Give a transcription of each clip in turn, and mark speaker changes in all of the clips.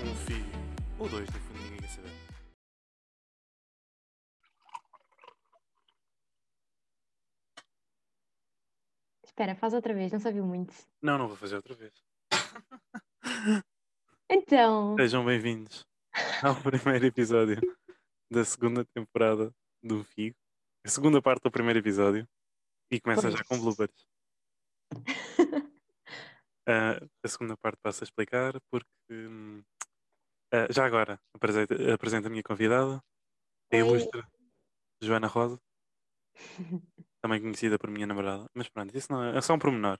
Speaker 1: Um Ou dois, no fundo, ninguém quer saber.
Speaker 2: Espera, faz outra vez, não se ouviu muito.
Speaker 1: Não, não vou fazer outra vez.
Speaker 2: Então,
Speaker 1: Sejam bem-vindos ao primeiro episódio da segunda temporada do Figo. A segunda parte do primeiro episódio. E começa já com bloopers. Ah, a segunda parte passo a explicar porque. hum, ah, já agora, apresento, apresento a minha convidada, a
Speaker 2: Oi.
Speaker 1: ilustre Joana Rosa, também conhecida por minha namorada. Mas pronto, isso não é, é só um pormenor.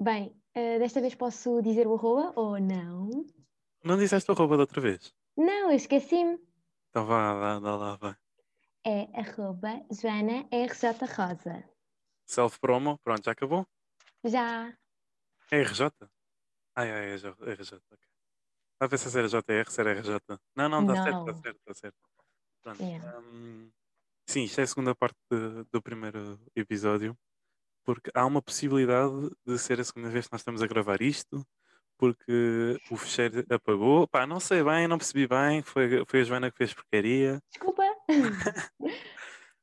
Speaker 2: bem, eh, desta vez posso dizer o arroba ou não?
Speaker 1: Não disseste o arroba da outra vez?
Speaker 2: Não, eu esqueci-me.
Speaker 1: Então vá, dá, dá lá, vai.
Speaker 2: É arroba Joana RJ Rosa.
Speaker 1: Self-promo, pronto, já acabou?
Speaker 2: Já.
Speaker 1: É RJ? Ai, ai, é RJ, RJ, ok. Estava a ver se é era JR, se era RJ. Não, não, está certo, está
Speaker 2: Não.
Speaker 1: certo, está certo. Pronto.
Speaker 2: Yeah.
Speaker 1: hum, sim, isto é a segunda parte de- do primeiro episódio, porque há uma possibilidade de ser a segunda vez que nós estamos a gravar isto, porque o fecheiro apagou. Pá, não sei bem, não percebi bem, foi, foi a Joana que fez porcaria.
Speaker 2: Desculpa.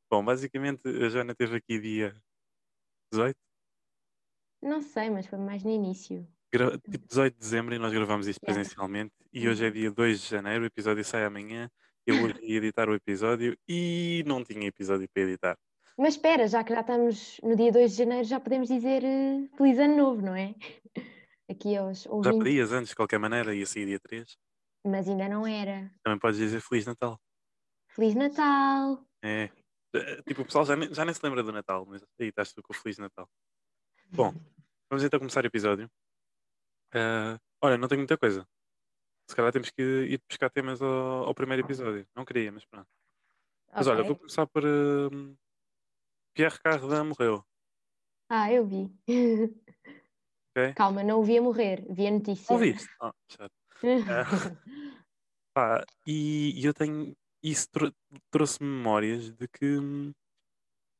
Speaker 1: Bom, basicamente a Joana teve aqui dia 18,
Speaker 2: Não sei, mas foi mais no início.
Speaker 1: gra- tipo 18 de dezembro e nós gravámos isto
Speaker 2: Yeah.
Speaker 1: presencialmente e
Speaker 2: Uhum.
Speaker 1: hoje é dia 2 de janeiro, o episódio sai amanhã. Eu hoje ia editar o episódio e não tinha episódio para editar.
Speaker 2: Mas espera, já que já estamos no dia 2 de janeiro, já podemos dizer eh, Feliz Ano Novo, não é? Aqui aos
Speaker 1: Já
Speaker 2: ouvintes,
Speaker 1: pedias antes, de qualquer maneira, ia sair dia 3.
Speaker 2: mas ainda não era.
Speaker 1: Também podes dizer Feliz Natal.
Speaker 2: Feliz Natal!
Speaker 1: É. Eh, Tipo, o pessoal já nem, já nem se lembra do Natal, mas aí estás tu com o Feliz Natal. Bom, vamos então começar o episódio. Eh, olha, não tenho muita coisa. Se calhar temos que ir buscar temas ao, ao primeiro episódio. Não queria, mas pronto. Mas olha,
Speaker 2: Ok.
Speaker 1: vou começar por. eh, Pierre Cardin morreu.
Speaker 2: Ah, eu vi.
Speaker 1: Ok.
Speaker 2: Calma, não o vi a morrer, vi a notícia.
Speaker 1: Ouviste? Ah, chato. Pá, e, e eu tenho. Isso tro- trouxe memórias de que hum,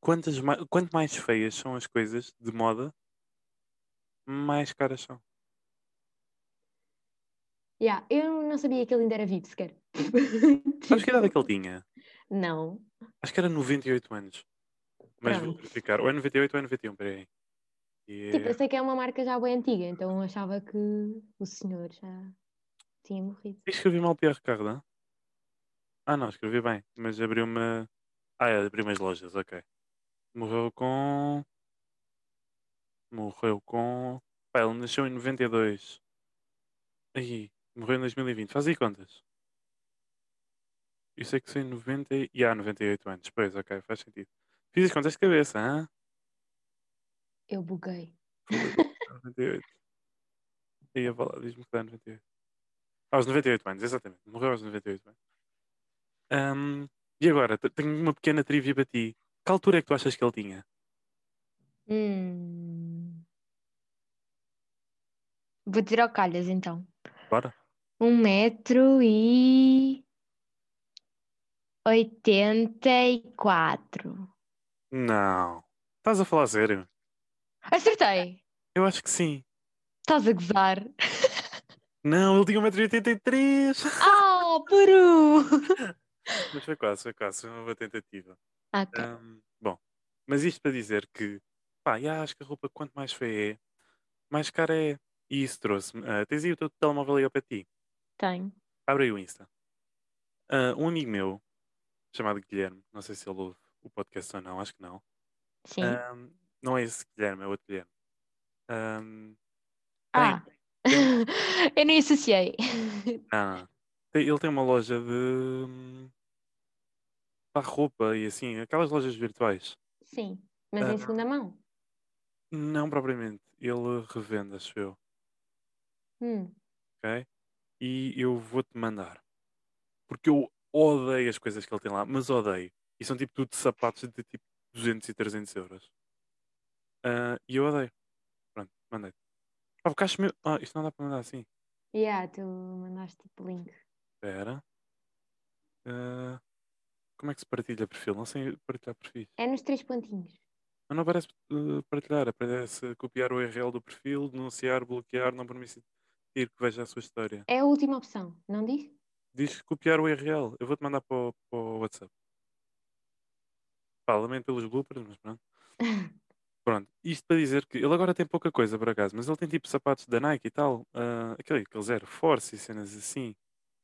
Speaker 1: quantas ma- quanto mais feias são as coisas de moda, mais caras são.
Speaker 2: Yeah, eu não sabia que ele ainda era vivo sequer. Tipo,
Speaker 1: Sabes que idade é que ele tinha?
Speaker 2: Não.
Speaker 1: Acho que era 98 anos. Mas vou
Speaker 2: Pronto.
Speaker 1: verificar. Ou é 98 ou é 91, peraí. E,
Speaker 2: Tipo, eu sei que é uma marca já bem antiga, então achava que o senhor já tinha morrido.
Speaker 1: eh, Escrevi mal Pierre Cardin? Ah não, escrevi bem. Mas abriu uma... Ah, é, abriu umas lojas, ok. Morreu com... Morreu com... Pá, ele nasceu em 92. Aí, morreu em 2020. Faz aí contas. Eu sei que sou em 90 e... Ah, 98 anos. Pois, ok, faz sentido. Fiz as contas de cabeça, hã?
Speaker 2: Eu buguei.
Speaker 1: 98. Eu ia falar, diz-me que dá 98. Aos 98 anos, exatamente. Morreu aos 98 anos. Ahm, e agora, te- tenho uma pequena trivia para ti. Que altura é que tu achas que ele tinha?
Speaker 2: Hum. Vou tirar o calhas então.
Speaker 1: Bora?
Speaker 2: Um metro e. 84.
Speaker 1: Não. Estás a falar sério?
Speaker 2: Acertei!
Speaker 1: Eu acho que sim.
Speaker 2: Estás a gozar?
Speaker 1: Não, ele tinha 1,83m.
Speaker 2: Oh, Peru!
Speaker 1: Mas foi quase, foi quase. Foi uma boa tentativa.
Speaker 2: Ok.
Speaker 1: Ahm, bom, mas isto para dizer que, pá, já acho que a roupa quanto mais feia é, mais cara é. E isso trouxe-me. Ah, tens aí o teu telemóvel aí ao pé de ti.
Speaker 2: Tenho.
Speaker 1: Abre aí o Insta. Ah, um amigo meu, chamado Guilherme, não sei se ele ouve o podcast ou não, acho que não.
Speaker 2: Sim.
Speaker 1: Ahm, não é esse Guilherme, é outro Guilherme. Ahm,
Speaker 2: ah! Eu nem associei.
Speaker 1: ah, tem- ele tem uma loja de. hum, pá, roupa e assim, aquelas lojas virtuais.
Speaker 2: Sim, mas em
Speaker 1: Ah.
Speaker 2: segunda mão.
Speaker 1: Não propriamente. Ele revende, acho eu.
Speaker 2: Hum.
Speaker 1: ok? E eu vou-te mandar. Porque eu odeio as coisas que ele tem lá, mas odeio. E são tipo tudo sapatos de tipo 200 e 300 euros. Ah, e eu odeio. Pronto, mandei. Ah, porque acho meu... Ah, isto não dá para mandar assim.
Speaker 2: Yeah, tu mandaste tipo link.
Speaker 1: Espera. Ah, como é que se partilha perfil? Não sei partilhar perfil.
Speaker 2: É nos três pontinhos.
Speaker 1: Mas não ah, aparece eh, partilhar, aparece copiar o URL do perfil, denunciar, bloquear, não permitir permitir que veja a sua história.
Speaker 2: É a última opção, não diz?
Speaker 1: Diz copiar o URL. Eu vou-te mandar para o, para o WhatsApp. Pá, lamento pelos bloopers, mas pronto. Ah. Pronto, isto para dizer que ele agora tem pouca coisa por acaso, mas ele tem tipo sapatos da Nike e tal, ah, aquele, aqueles Air Force e cenas assim.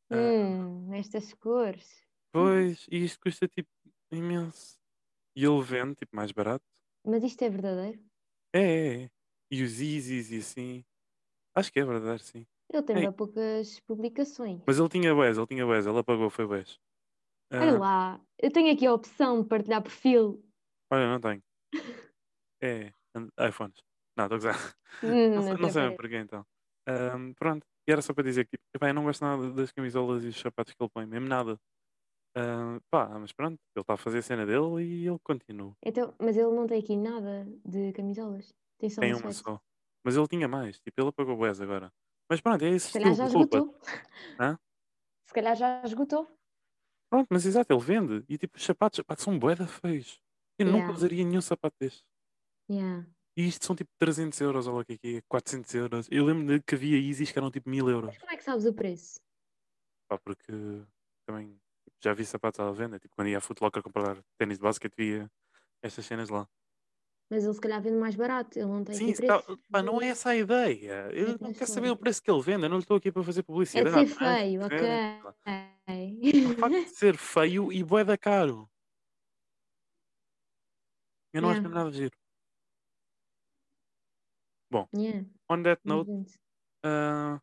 Speaker 1: Ah,
Speaker 2: Hum, nestas cores.
Speaker 1: Pois, e isto custa tipo imenso. E ele vende, tipo, mais barato.
Speaker 2: Mas isto é verdadeiro?
Speaker 1: É, é, é. E os Yeezys e assim. Acho que é verdade, sim.
Speaker 2: Ele tem
Speaker 1: Ei.
Speaker 2: bem poucas publicações.
Speaker 1: Mas ele tinha BES, ele tinha BES, ele apagou, foi BES. Ah,
Speaker 2: Olha lá, eu tenho aqui a opção de partilhar perfil.
Speaker 1: olha, não tenho. É, and- iPhones. Não, estou a gozar.
Speaker 2: Hum,
Speaker 1: Não, sei- não sabem
Speaker 2: tem parede.
Speaker 1: porquê então. Ahm, pronto, e era só para dizer que tipo, epá, eu não gosto nada das camisolas e dos sapatos que ele põe, mesmo nada. Ahm, pá, mas pronto, ele está a fazer a cena dele e ele continua.
Speaker 2: Então, mas ele não tem aqui nada de camisolas. Tem só um
Speaker 1: Tem
Speaker 2: uma
Speaker 1: uma
Speaker 2: suéte.
Speaker 1: só. Mas ele tinha mais, tipo, ele apagou boés agora. Mas pronto, é esse
Speaker 2: Se calhar
Speaker 1: estilo
Speaker 2: já
Speaker 1: de roupa.
Speaker 2: esgotou.
Speaker 1: Hã?
Speaker 2: Se calhar já esgotou.
Speaker 1: Pronto, mas exato, ele vende. E tipo, os sapatos, pá, são bué da feios. Eu nunca
Speaker 2: Yeah.
Speaker 1: usaria nenhum sapato deste.
Speaker 2: Yeah.
Speaker 1: E isto são tipo 300 euros, olha lá o que é que é, 400 euros. Eu lembro de que havia Yeezys que eram tipo 1000 euros.
Speaker 2: Mas como é que sabes o preço?
Speaker 1: Pá, porque também tipo, já vi sapatos à venda. Tipo, quando ia à Foot Locker comprar ténis de basquete, via estas cenas lá.
Speaker 2: Mas ele se calhar vende mais barato. Ele não tem
Speaker 1: Sim,
Speaker 2: aqui
Speaker 1: tá,
Speaker 2: preço.
Speaker 1: pá, não é essa a ideia. Eu não
Speaker 2: É
Speaker 1: quero
Speaker 2: transforme.
Speaker 1: saber o preço que ele vende. Eu não lhe estou aqui para fazer
Speaker 2: É de
Speaker 1: publicidade.
Speaker 2: ser
Speaker 1: Nada,
Speaker 2: feio,
Speaker 1: nada. O facto
Speaker 2: ok.
Speaker 1: de ser feio e boeda caro. Eu não acho
Speaker 2: Yeah.
Speaker 1: mesmo nada de giro.
Speaker 2: yeah.
Speaker 1: On that note,
Speaker 2: gente.
Speaker 1: ah,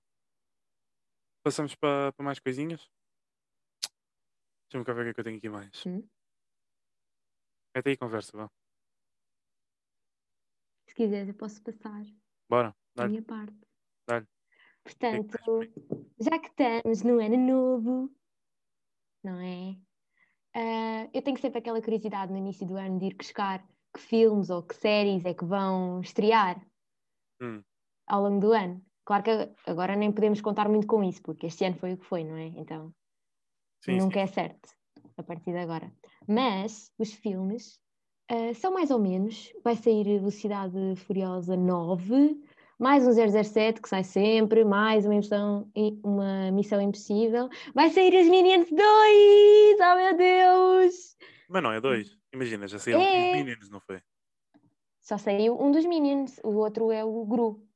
Speaker 1: passamos para para mais coisinhas. Deixa-me cá ver o que é que eu tenho aqui mais.
Speaker 2: Hum.
Speaker 1: Mete aí conversa, vá.
Speaker 2: Se quiseres, eu posso passar.
Speaker 1: Bora.
Speaker 2: da
Speaker 1: Dá-lhe.
Speaker 2: minha parte.
Speaker 1: Dá-lhe. que tens
Speaker 2: Portanto,
Speaker 1: para
Speaker 2: já que estamos no ano novo, não é? Ah, eu tenho sempre aquela curiosidade no início do ano de ir buscar que filmes ou que séries é que vão estrear
Speaker 1: Hum.
Speaker 2: ao longo do ano. Claro que agora nem podemos contar muito com isso, porque este ano foi o que foi, não é? Então,
Speaker 1: Sim, sim.
Speaker 2: nunca é certo a partir de agora. Mas os filmes ah, são mais ou menos. Vai sair Velocidade Furiosa 9, mais um 007 que sai sempre, mais uma, missão, i- uma missão impossível. Vai sair os Minions 2! Oh meu Deus!
Speaker 1: Mas não, é dois. Imagina, já saíram
Speaker 2: Hum. É.
Speaker 1: os meninos, não foi?
Speaker 2: Só saiu um dos Minions, o outro é o Gru.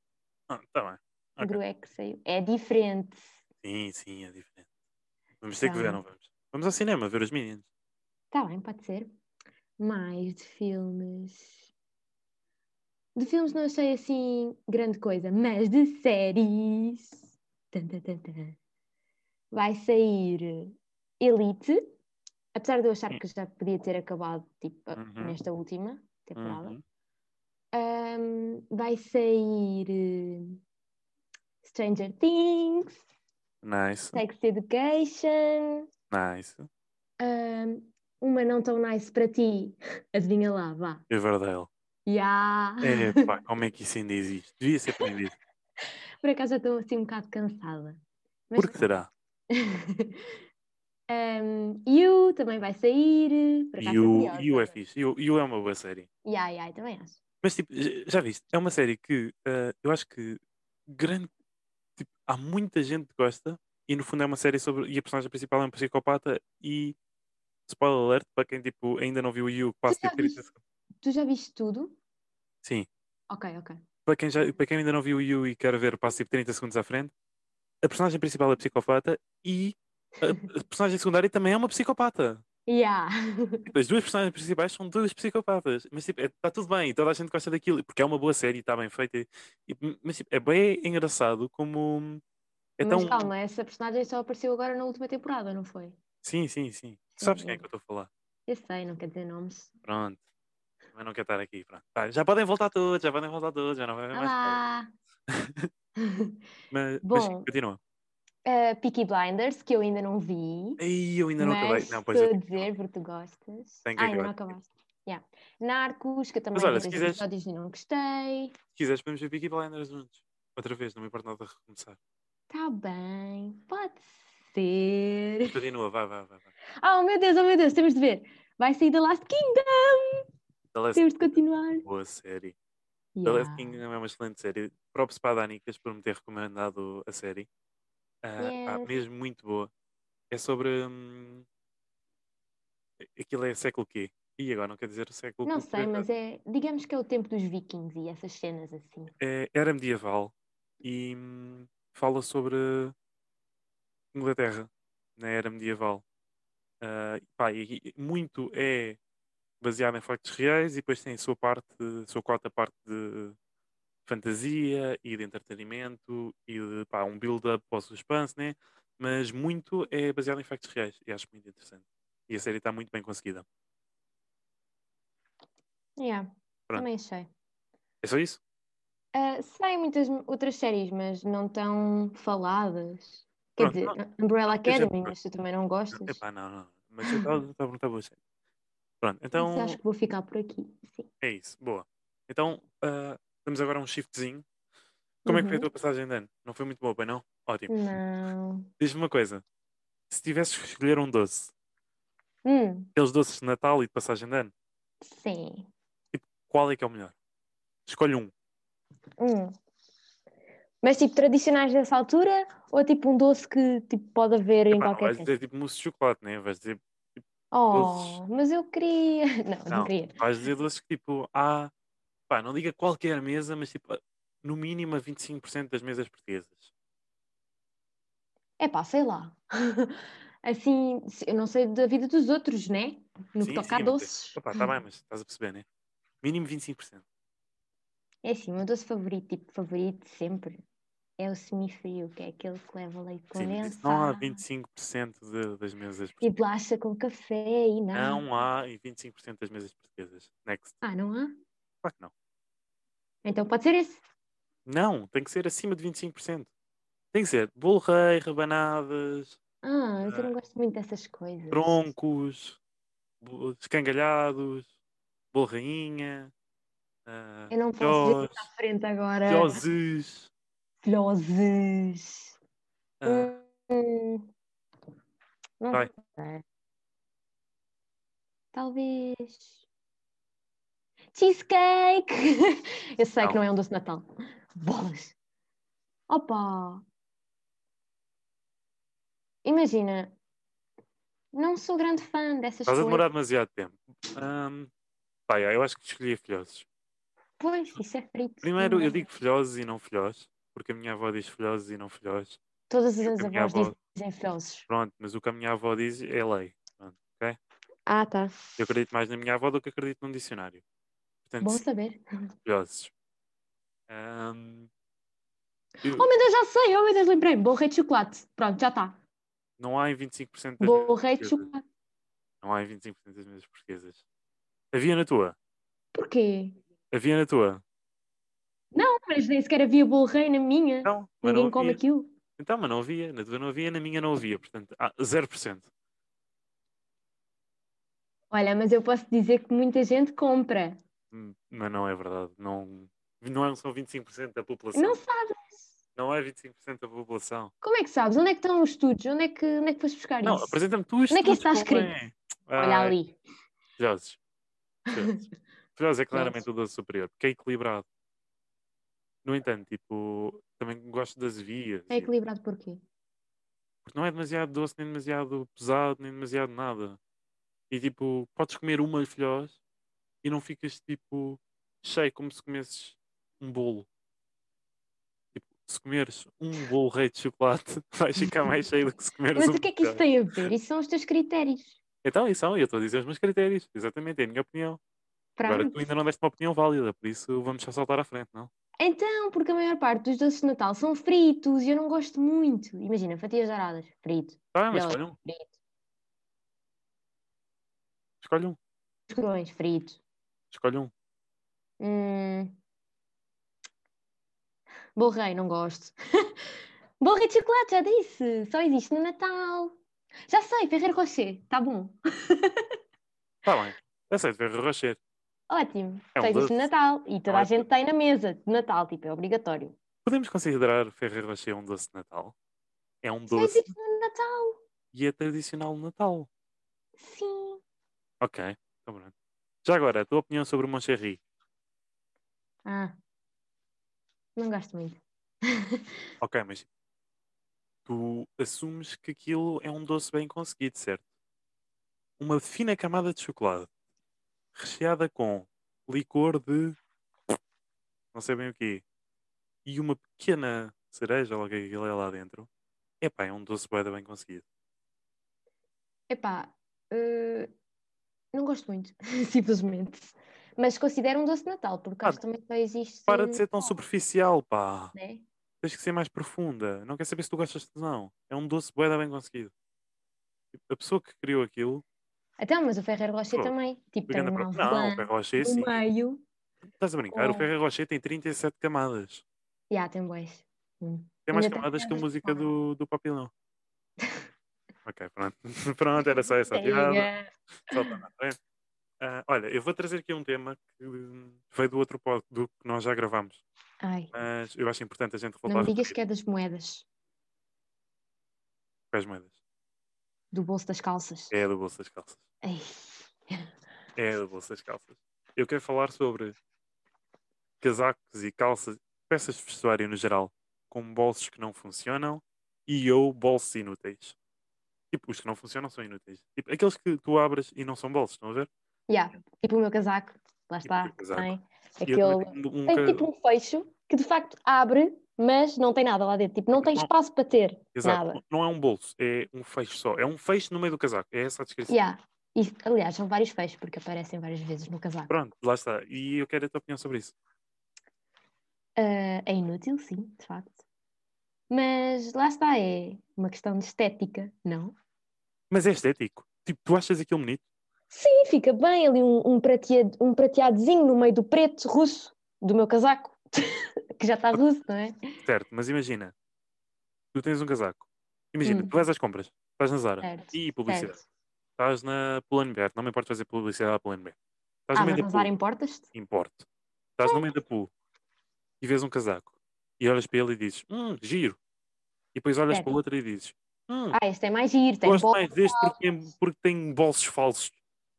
Speaker 1: Ah, tá bem.
Speaker 2: O
Speaker 1: Ok.
Speaker 2: Gru é que saiu. É diferente.
Speaker 1: Sim, sim, é diferente. Vamos ter que ver,
Speaker 2: Então-
Speaker 1: não vamos? Vamos ao cinema ver os Minions.
Speaker 2: Tá bem, pode ser. Mais de filmes. De filmes não achei assim grande coisa, mas de séries. Tan, tan, tan, tan. Vai sair Elite, apesar de eu achar
Speaker 1: Hum.
Speaker 2: que já podia ter acabado tipo, a-
Speaker 1: Uhum.
Speaker 2: nesta última temporada.
Speaker 1: Uhum.
Speaker 2: Ahm, vai sair eh, Stranger Things,
Speaker 1: Nice,
Speaker 2: Sex Education.
Speaker 1: nice.
Speaker 2: ahm, uma não tão nice para ti. Adivinha lá, vá.
Speaker 1: Riverdale.
Speaker 2: Ya!
Speaker 1: É, pá, É como é que isso ainda existe? Devia ser proibido.
Speaker 2: Por acaso já estou assim um bocado cansada. Mas
Speaker 1: Por que será?
Speaker 2: Ahm, You também vai sair. Por acaso
Speaker 1: E o,
Speaker 2: estou
Speaker 1: e o é
Speaker 2: curiosa.
Speaker 1: fixe. E o- e o é uma boa série.
Speaker 2: Ya, ya, eu também acho.
Speaker 1: Mas, tipo, j- já viste? É uma série que ah, eu acho que grande. Tipo, há muita gente que gosta e, no fundo, é uma série sobre. E a personagem principal é um psicopata. E. Spoiler alert para quem tipo, ainda não viu o You, que passa
Speaker 2: já
Speaker 1: tipo 30
Speaker 2: viste?
Speaker 1: segundos.
Speaker 2: Tu já viste tudo?
Speaker 1: Sim.
Speaker 2: Ok, ok.
Speaker 1: para quem, já, para quem ainda não viu o Yu e quer ver, passa tipo 30 segundos à frente. A personagem principal é psicopata e a, a personagem secundária também é uma psicopata.
Speaker 2: Ya!
Speaker 1: Tipo, as duas personagens principais são duas psicopatas. Mas tipo, está tudo bem, toda a gente gosta daquilo, porque é uma boa série, está bem feita. e- e- mas tipo, é bem engraçado como. É tão.
Speaker 2: Mas calma, essa personagem só apareceu agora na última temporada, não foi?
Speaker 1: Sim, sim, sim. Tu sabes
Speaker 2: Sim,
Speaker 1: quem é
Speaker 2: eu-
Speaker 1: que eu estou a falar?
Speaker 2: Eu sei, não quer dizer nomes.
Speaker 1: Pronto. Mas não quero estar aqui. Pronto. Tá, já podem voltar todos, já podem voltar todos, já não é vai haver mais. nada.
Speaker 2: Olá!
Speaker 1: Mas, mas sim,
Speaker 2: Bom.
Speaker 1: continua.
Speaker 2: Ah, Peaky Blinders, que eu ainda não vi.
Speaker 1: Aí eu ainda não acabei.
Speaker 2: Mas
Speaker 1: Não,
Speaker 2: estou
Speaker 1: pois é. eu
Speaker 2: a
Speaker 1: tenho que-
Speaker 2: dizer porque tu gostas.
Speaker 1: Tenho que
Speaker 2: Ai, não
Speaker 1: acabar.
Speaker 2: acabaste. Yeah. Narcos, que eu também
Speaker 1: olha,
Speaker 2: vi
Speaker 1: se
Speaker 2: dois
Speaker 1: quiseres-
Speaker 2: episódios e não gostei.
Speaker 1: Se quiseres, podemos ver Peaky Blinders juntos. Outra vez, não me importa nada de recomeçar.
Speaker 2: Tá bem, pode ser.
Speaker 1: Continua, vai, vai, vai. vai.
Speaker 2: Oh meu Deus, oh meu Deus, temos de ver. Vai sair The Last Kingdom,
Speaker 1: The Last
Speaker 2: temos de continuar.
Speaker 1: Boa série. The
Speaker 2: Yeah.
Speaker 1: Last Kingdom é uma excelente série. Props para a Danicas por me ter recomendado a série. Ah, ah,
Speaker 2: Yes.
Speaker 1: mesmo muito boa. É sobre. hum, aquilo é século quê? E agora não quer dizer século
Speaker 2: Não
Speaker 1: quê?
Speaker 2: sei, mas é. Digamos que é o tempo dos vikings e essas cenas assim.
Speaker 1: É- era medieval e hum, fala sobre Inglaterra na era medieval. Ah, pá, e- e muito é baseado em factos reais e depois tem a sua parte, a sua quarta parte de fantasia e de entretenimento e de pá, um build-up para o suspense, né? mas muito é baseado em factos reais e acho muito interessante. E a série está muito bem conseguida.
Speaker 2: Yeah,
Speaker 1: Pronto.
Speaker 2: Também achei.
Speaker 1: É só isso?
Speaker 2: Ah, sei muitas m- outras séries, mas não tão faladas. Quer
Speaker 1: Pronto,
Speaker 2: dizer,
Speaker 1: não.
Speaker 2: Umbrella
Speaker 1: Deixa
Speaker 2: Academy,
Speaker 1: pra-
Speaker 2: mas tu também não gostas.
Speaker 1: Epá, não, não. Mas eu estava a perguntar boa série. Pronto,
Speaker 2: Então...
Speaker 1: então
Speaker 2: acho que vou ficar por aqui. Sim.
Speaker 1: é isso. Boa. Então ah, temos agora um shiftzinho. Como é que foi a
Speaker 2: Uhum.
Speaker 1: tua passagem de ano? Não foi muito boa, pai, não? Ótimo.
Speaker 2: Não.
Speaker 1: Diz-me uma coisa. Se tivesses que escolher um doce,
Speaker 2: Hum,
Speaker 1: aqueles doces de Natal e de passagem de ano,
Speaker 2: sim.
Speaker 1: qual é que é o melhor? Escolhe um.
Speaker 2: Hum. Mas tipo tradicionais dessa altura ou tipo um doce que tipo, pode haver
Speaker 1: Pá,
Speaker 2: em
Speaker 1: não
Speaker 2: qualquer
Speaker 1: vais
Speaker 2: canto?
Speaker 1: dizer tipo mousse de chocolate, né? Vais dizer, doces.
Speaker 2: Oh, mas eu queria. Não, não,
Speaker 1: Não.
Speaker 2: queria.
Speaker 1: vais dizer doces que tipo há, pá, não diga qualquer mesa, mas tipo, a- no mínimo a 25% das mesas portuguesas.
Speaker 2: É pá, sei lá. Assim, se- eu não sei da vida dos outros, né? No que
Speaker 1: Sim,
Speaker 2: toca a
Speaker 1: sim, mas-
Speaker 2: doces.
Speaker 1: Opa, tá bem, mas estás a perceber, né? Mínimo 25%.
Speaker 2: É assim, o meu doce favorito, tipo favorito de sempre, é o semifrio, que é aquele que leva leite
Speaker 1: Sim, mas isso não há
Speaker 2: condensado
Speaker 1: 25% de- das mesas
Speaker 2: e
Speaker 1: portuguesas.
Speaker 2: bolacha com café e nada.
Speaker 1: Não há e 25% das mesas portuguesas. Next.
Speaker 2: Ah, não há?
Speaker 1: Claro que não.
Speaker 2: Então pode ser esse.
Speaker 1: Não, tem que ser acima de 25%. Tem que ser bolo rei, rebanadas,
Speaker 2: Ah, mas eu
Speaker 1: Ah.
Speaker 2: não gosto muito dessas coisas.
Speaker 1: troncos, bo- escangalhados, bolo rainha, ah,
Speaker 2: Eu não posso dizer tá
Speaker 1: filhós,
Speaker 2: à frente agora.
Speaker 1: filhoses.
Speaker 2: Filhoses.
Speaker 1: ah,
Speaker 2: Hum, não
Speaker 1: Vai.
Speaker 2: sei. Talvez. Cheesecake! Eu sei que
Speaker 1: Não.
Speaker 2: não é um doce de Natal. Bolas! Opa! Imagina, não sou grande fã dessas
Speaker 1: Estás a
Speaker 2: coisas.
Speaker 1: demorar demasiado tempo. Ahm, pá, eu acho que escolhi filhoses.
Speaker 2: Pois, isso é frito.
Speaker 1: Primeiro,
Speaker 2: não é?
Speaker 1: eu digo filhoses e não filhós, porque a minha avó diz filhoses e não filhós.
Speaker 2: Todas
Speaker 1: eu
Speaker 2: as
Speaker 1: que a minha
Speaker 2: avós
Speaker 1: avó-
Speaker 2: dizem filhoses.
Speaker 1: Pronto, mas o que a minha avó diz é lei. Pronto, ok?
Speaker 2: Ah, tá.
Speaker 1: Eu acredito mais na minha avó do que acredito num dicionário. Portanto,
Speaker 2: Bom
Speaker 1: sim,
Speaker 2: saber.
Speaker 1: filhoses. Ahm, eu-
Speaker 2: Oh meu Deus, já sei! Oh meu Deus, lembrei-me. Bom rei de chocolate. Pronto, já está.
Speaker 1: não há em 25% das
Speaker 2: Bom
Speaker 1: mesas
Speaker 2: rei de
Speaker 1: portuguesas.
Speaker 2: chocolate.
Speaker 1: Não há em 25% das mesas portuguesas. Havia na tua?
Speaker 2: Porquê?
Speaker 1: Havia na tua?
Speaker 2: Não, mas nem sequer havia bolo rei na minha.
Speaker 1: Não, Então, mas não
Speaker 2: Ninguém come
Speaker 1: havia.
Speaker 2: aquilo.
Speaker 1: Então, mas não havia. Na tua não havia, na minha não havia. Portanto, há 0%.
Speaker 2: Olha, mas eu posso dizer que muita gente compra.
Speaker 1: Hum, Mas não é verdade. Não, não é um, são 25% da população.
Speaker 2: Não
Speaker 1: Não,
Speaker 2: sabes?
Speaker 1: é 25% da população.
Speaker 2: Como é que sabes? Onde é que estão os estudos? Onde é que, onde é que foste buscar
Speaker 1: Não,
Speaker 2: isso?
Speaker 1: apresenta-me tu isto.
Speaker 2: Onde é que isso está escrito?
Speaker 1: é. Ah,
Speaker 2: Olha ali.
Speaker 1: Filhoses. Filhoses. Filhoses é claramente o doce superior, porque é equilibrado. No entanto, tipo, também gosto das vias.
Speaker 2: É equilibrado porquê?
Speaker 1: Porque não é demasiado doce, nem demasiado pesado, nem demasiado nada. E tipo, podes comer uma filhós e não ficas tipo cheio como se comesses um bolo. Tipo, se comeres um bolo rei de chocolate, vais ficar mais cheio do que se comeres
Speaker 2: Mas
Speaker 1: um
Speaker 2: o que é que isso
Speaker 1: filhós.
Speaker 2: tem a ver? Isso são os teus critérios.
Speaker 1: Então, isso são, eu estou a dizer os meus critérios, exatamente, é a minha opinião. Agora, tu
Speaker 2: Pronto.
Speaker 1: ainda não deste uma opinião válida, por isso vamos só saltar à frente, não?
Speaker 2: Então, porque a maior parte dos doces de Natal são fritos e eu não gosto muito. Imagina, fatias douradas, frito.
Speaker 1: Tá, mas
Speaker 2: Filhós,
Speaker 1: escolhe um,
Speaker 2: frito.
Speaker 1: escolhe um,
Speaker 2: Escorões, frito.
Speaker 1: escolhe um.
Speaker 2: Hum. Bolo rei, não gosto. Bolo rei de chocolate, já disse. Só existe no Natal. Já sei, Ferreiro Rocher, tá bom.
Speaker 1: Tá bem, aceito ver Rocher.
Speaker 2: Ótimo.
Speaker 1: É um
Speaker 2: Só existe
Speaker 1: doce.
Speaker 2: no Natal e toda a
Speaker 1: Ótimo.
Speaker 2: gente tem na mesa de Natal, tipo, é obrigatório.
Speaker 1: Podemos considerar Ferreiro Rocher um doce de Natal? É um
Speaker 2: Só
Speaker 1: doce
Speaker 2: existe no Natal,
Speaker 1: e é tradicional de Natal.
Speaker 2: sim.
Speaker 1: Ok, então pronto. Já agora, a tua opinião sobre o Moncherry?
Speaker 2: Ah, Não gosto muito.
Speaker 1: Ok, mas tu assumes que aquilo é um doce bem conseguido, certo? Uma fina camada de chocolate recheada com licor de não sei bem o quê e uma pequena cereja, logo que aquilo é lá dentro. Epá, é um doce bué da bem conseguido.
Speaker 2: Epá, eh, não gosto muito, simplesmente. Mas considero um doce de Natal, porque
Speaker 1: Ah,
Speaker 2: acho que também só existe.
Speaker 1: Para
Speaker 2: em
Speaker 1: de ser tão
Speaker 2: Natal,
Speaker 1: superficial, pá.
Speaker 2: né?
Speaker 1: Tens que ser mais profunda. Não quer saber se tu gostas ou não. É um doce bué da bem conseguido. Tipo, A pessoa que criou aquilo...
Speaker 2: Então, mas o Ferreiro Rocher
Speaker 1: Oh,
Speaker 2: também. Tipo, tem
Speaker 1: pegando a
Speaker 2: um
Speaker 1: pro-
Speaker 2: alvo
Speaker 1: Não, o
Speaker 2: blanco
Speaker 1: Ferro Rocher
Speaker 2: no
Speaker 1: sim.
Speaker 2: meio.
Speaker 1: Estás a brincar? O
Speaker 2: com-
Speaker 1: Ferro Rocher tem 37 camadas.
Speaker 2: Já, tem bois. Hum.
Speaker 1: Tem mais
Speaker 2: Ainda tem
Speaker 1: camadas que a
Speaker 2: camadas de
Speaker 1: música
Speaker 2: fora.
Speaker 1: do, do Papilão. ok, pronto. pronto, era só essa a piada.
Speaker 2: Chega.
Speaker 1: Só para dar, bem? Ah, olha, eu vou trazer aqui um tema que hum, veio do outro pod do que nós já gravámos.
Speaker 2: Ai,
Speaker 1: Mas eu acho importante a gente voltar
Speaker 2: não
Speaker 1: a
Speaker 2: me digas
Speaker 1: repetir
Speaker 2: que é das moedas,
Speaker 1: com as moedas.
Speaker 2: do bolso das calças.
Speaker 1: É a do bolso das calças.
Speaker 2: Ai.
Speaker 1: É a do bolso das calças. Eu quero falar sobre casacos e calças, peças de vestuário no geral, com bolsos que não funcionam e ou bolsos inúteis. Tipo, os que não funcionam são inúteis. Tipo, aqueles que tu abres e não são bolsos, estão a ver?
Speaker 2: Já, Tipo o meu casaco, lá
Speaker 1: Tipo o teu
Speaker 2: está,
Speaker 1: casaco.
Speaker 2: tem
Speaker 1: E eu também
Speaker 2: aquele.
Speaker 1: tenho um
Speaker 2: Tem
Speaker 1: ca-
Speaker 2: tipo um fecho que de facto abre, mas não tem nada lá dentro. Tipo, não tem
Speaker 1: Não.
Speaker 2: espaço para ter
Speaker 1: Exato.
Speaker 2: nada.
Speaker 1: Não é um bolso, é um fecho só. É um fecho no meio do casaco. É essa a descrição.
Speaker 2: Yeah. E, aliás, são vários fechos, porque aparecem várias vezes no casaco.
Speaker 1: Pronto, lá está. E eu quero a tua opinião sobre isso.
Speaker 2: Ah, é inútil, sim, de facto. Mas lá está, é uma questão de estética, não?
Speaker 1: Mas é estético. Tipo, tu achas aquilo bonito?
Speaker 2: Sim, fica bem ali um, um, prateado, um prateadozinho no meio do preto russo do meu casaco, que já está russo, não é?
Speaker 1: Certo, mas imagina. Tu tens um casaco. Imagina,
Speaker 2: Hum.
Speaker 1: tu vais às compras. Estás na Zara.
Speaker 2: Certo, Ah,
Speaker 1: E publicidade.
Speaker 2: certo.
Speaker 1: Estás na Pull&Bear. Não me importa fazer publicidade à Pull&Bear. Estás
Speaker 2: Ah,
Speaker 1: no meio
Speaker 2: mas
Speaker 1: da
Speaker 2: não usar
Speaker 1: Pull.
Speaker 2: importas-te?
Speaker 1: Importe. Estás no meio da Pull. E vês um casaco. E olhas para ele e dizes, hum, giro. E depois olhas
Speaker 2: Certo.
Speaker 1: para o outro e dizes, hum,
Speaker 2: Ah, este é mais giro, tem
Speaker 1: gosto
Speaker 2: bom.
Speaker 1: mais deste porque tem, porque tem bolsos falsos.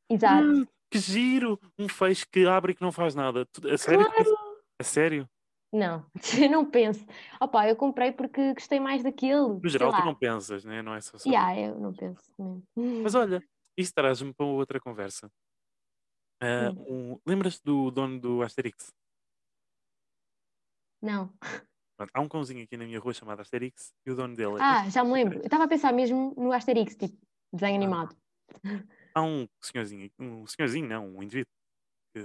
Speaker 2: Exato.
Speaker 1: Hum, que giro! Um feixe que abre e que não faz nada. Tu- A sério?
Speaker 2: Claro.
Speaker 1: A sério?
Speaker 2: Não, eu não penso. Opa, eu comprei porque gostei mais daquele.
Speaker 1: No geral, tu não pensas, né? não é só sobre.
Speaker 2: Yeah, eu não penso mesmo.
Speaker 1: Mas olha, isso traz-me para outra conversa. Ah,
Speaker 2: Hum.
Speaker 1: um- Lembras-te do dono do Asterix?
Speaker 2: Não.
Speaker 1: Pronto, há um cãozinho aqui na minha rua chamado Asterix e o dono dele é.
Speaker 2: Ah, já me lembro. Eu estava a pensar mesmo no Asterix, tipo, desenho
Speaker 1: Ah,
Speaker 2: animado.
Speaker 1: Há um senhorzinho, um senhorzinho, não, um indivíduo, que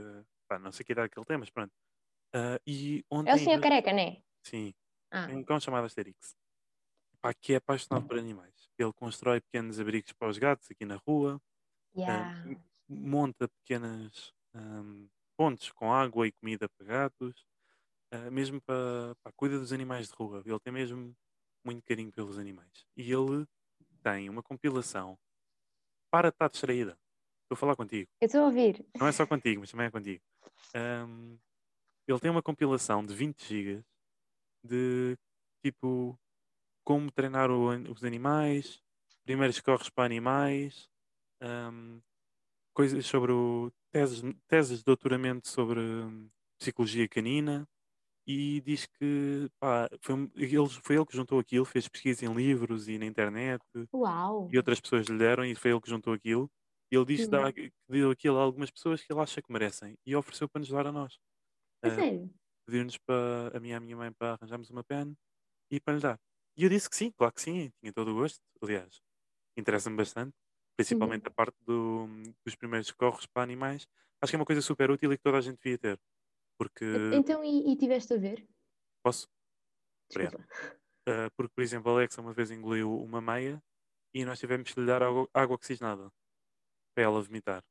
Speaker 1: pá, não sei que idade que ele tem, mas pronto. Ah, e ontem.
Speaker 2: É o senhor careca, não é?
Speaker 1: Sim.
Speaker 2: Ah,
Speaker 1: É um cão chamado Asterix. Pá, que é
Speaker 2: Hum.
Speaker 1: apaixonado por animais. Ele constrói pequenos abrigos para os gatos aqui na rua, É, Ah,
Speaker 2: yeah.
Speaker 1: um, monta pequenas ahm, pontes com água e comida para gatos, ah, mesmo para. pá, cuida dos animais de rua. Ele tem mesmo muito carinho pelos animais. E ele tem uma compilação para estar distraída. Estou a falar contigo.
Speaker 2: Eu estou a ouvir.
Speaker 1: Não é só contigo, mas também é contigo. Ahm, ele tem uma compilação de 20 gigas de tipo como treinar o an- os animais, primeiros corres para animais, ahm, coisas sobre o, teses, teses de doutoramento sobre hum, psicologia canina e diz que pá, foi, um- ele, foi ele que juntou aquilo, fez pesquisa em livros e na internet
Speaker 2: Uau!
Speaker 1: e outras pessoas lhe deram e foi ele que juntou aquilo. E ele diz que dá- que deu aquilo a algumas pessoas que ele acha que merecem e ofereceu para nos dar a nós.
Speaker 2: A
Speaker 1: Ah,
Speaker 2: sério?
Speaker 1: pediu-nos para a minha, a minha mãe para arranjarmos uma pen e para lhe dar. E eu disse que sim, claro que sim, tinha todo o gosto. Aliás, interessa-me bastante, principalmente a parte do- dos primeiros socorros para animais. Acho que é uma coisa super útil e que toda a gente devia ter. Porque,
Speaker 2: Então, e, e tiveste a ver?
Speaker 1: Eh, posso,
Speaker 2: Desculpa.
Speaker 1: ah, porque, por exemplo, a Alexa uma vez engoliu uma meia e nós tivemos que lhe dar água, água oxigenada para ela vomitar.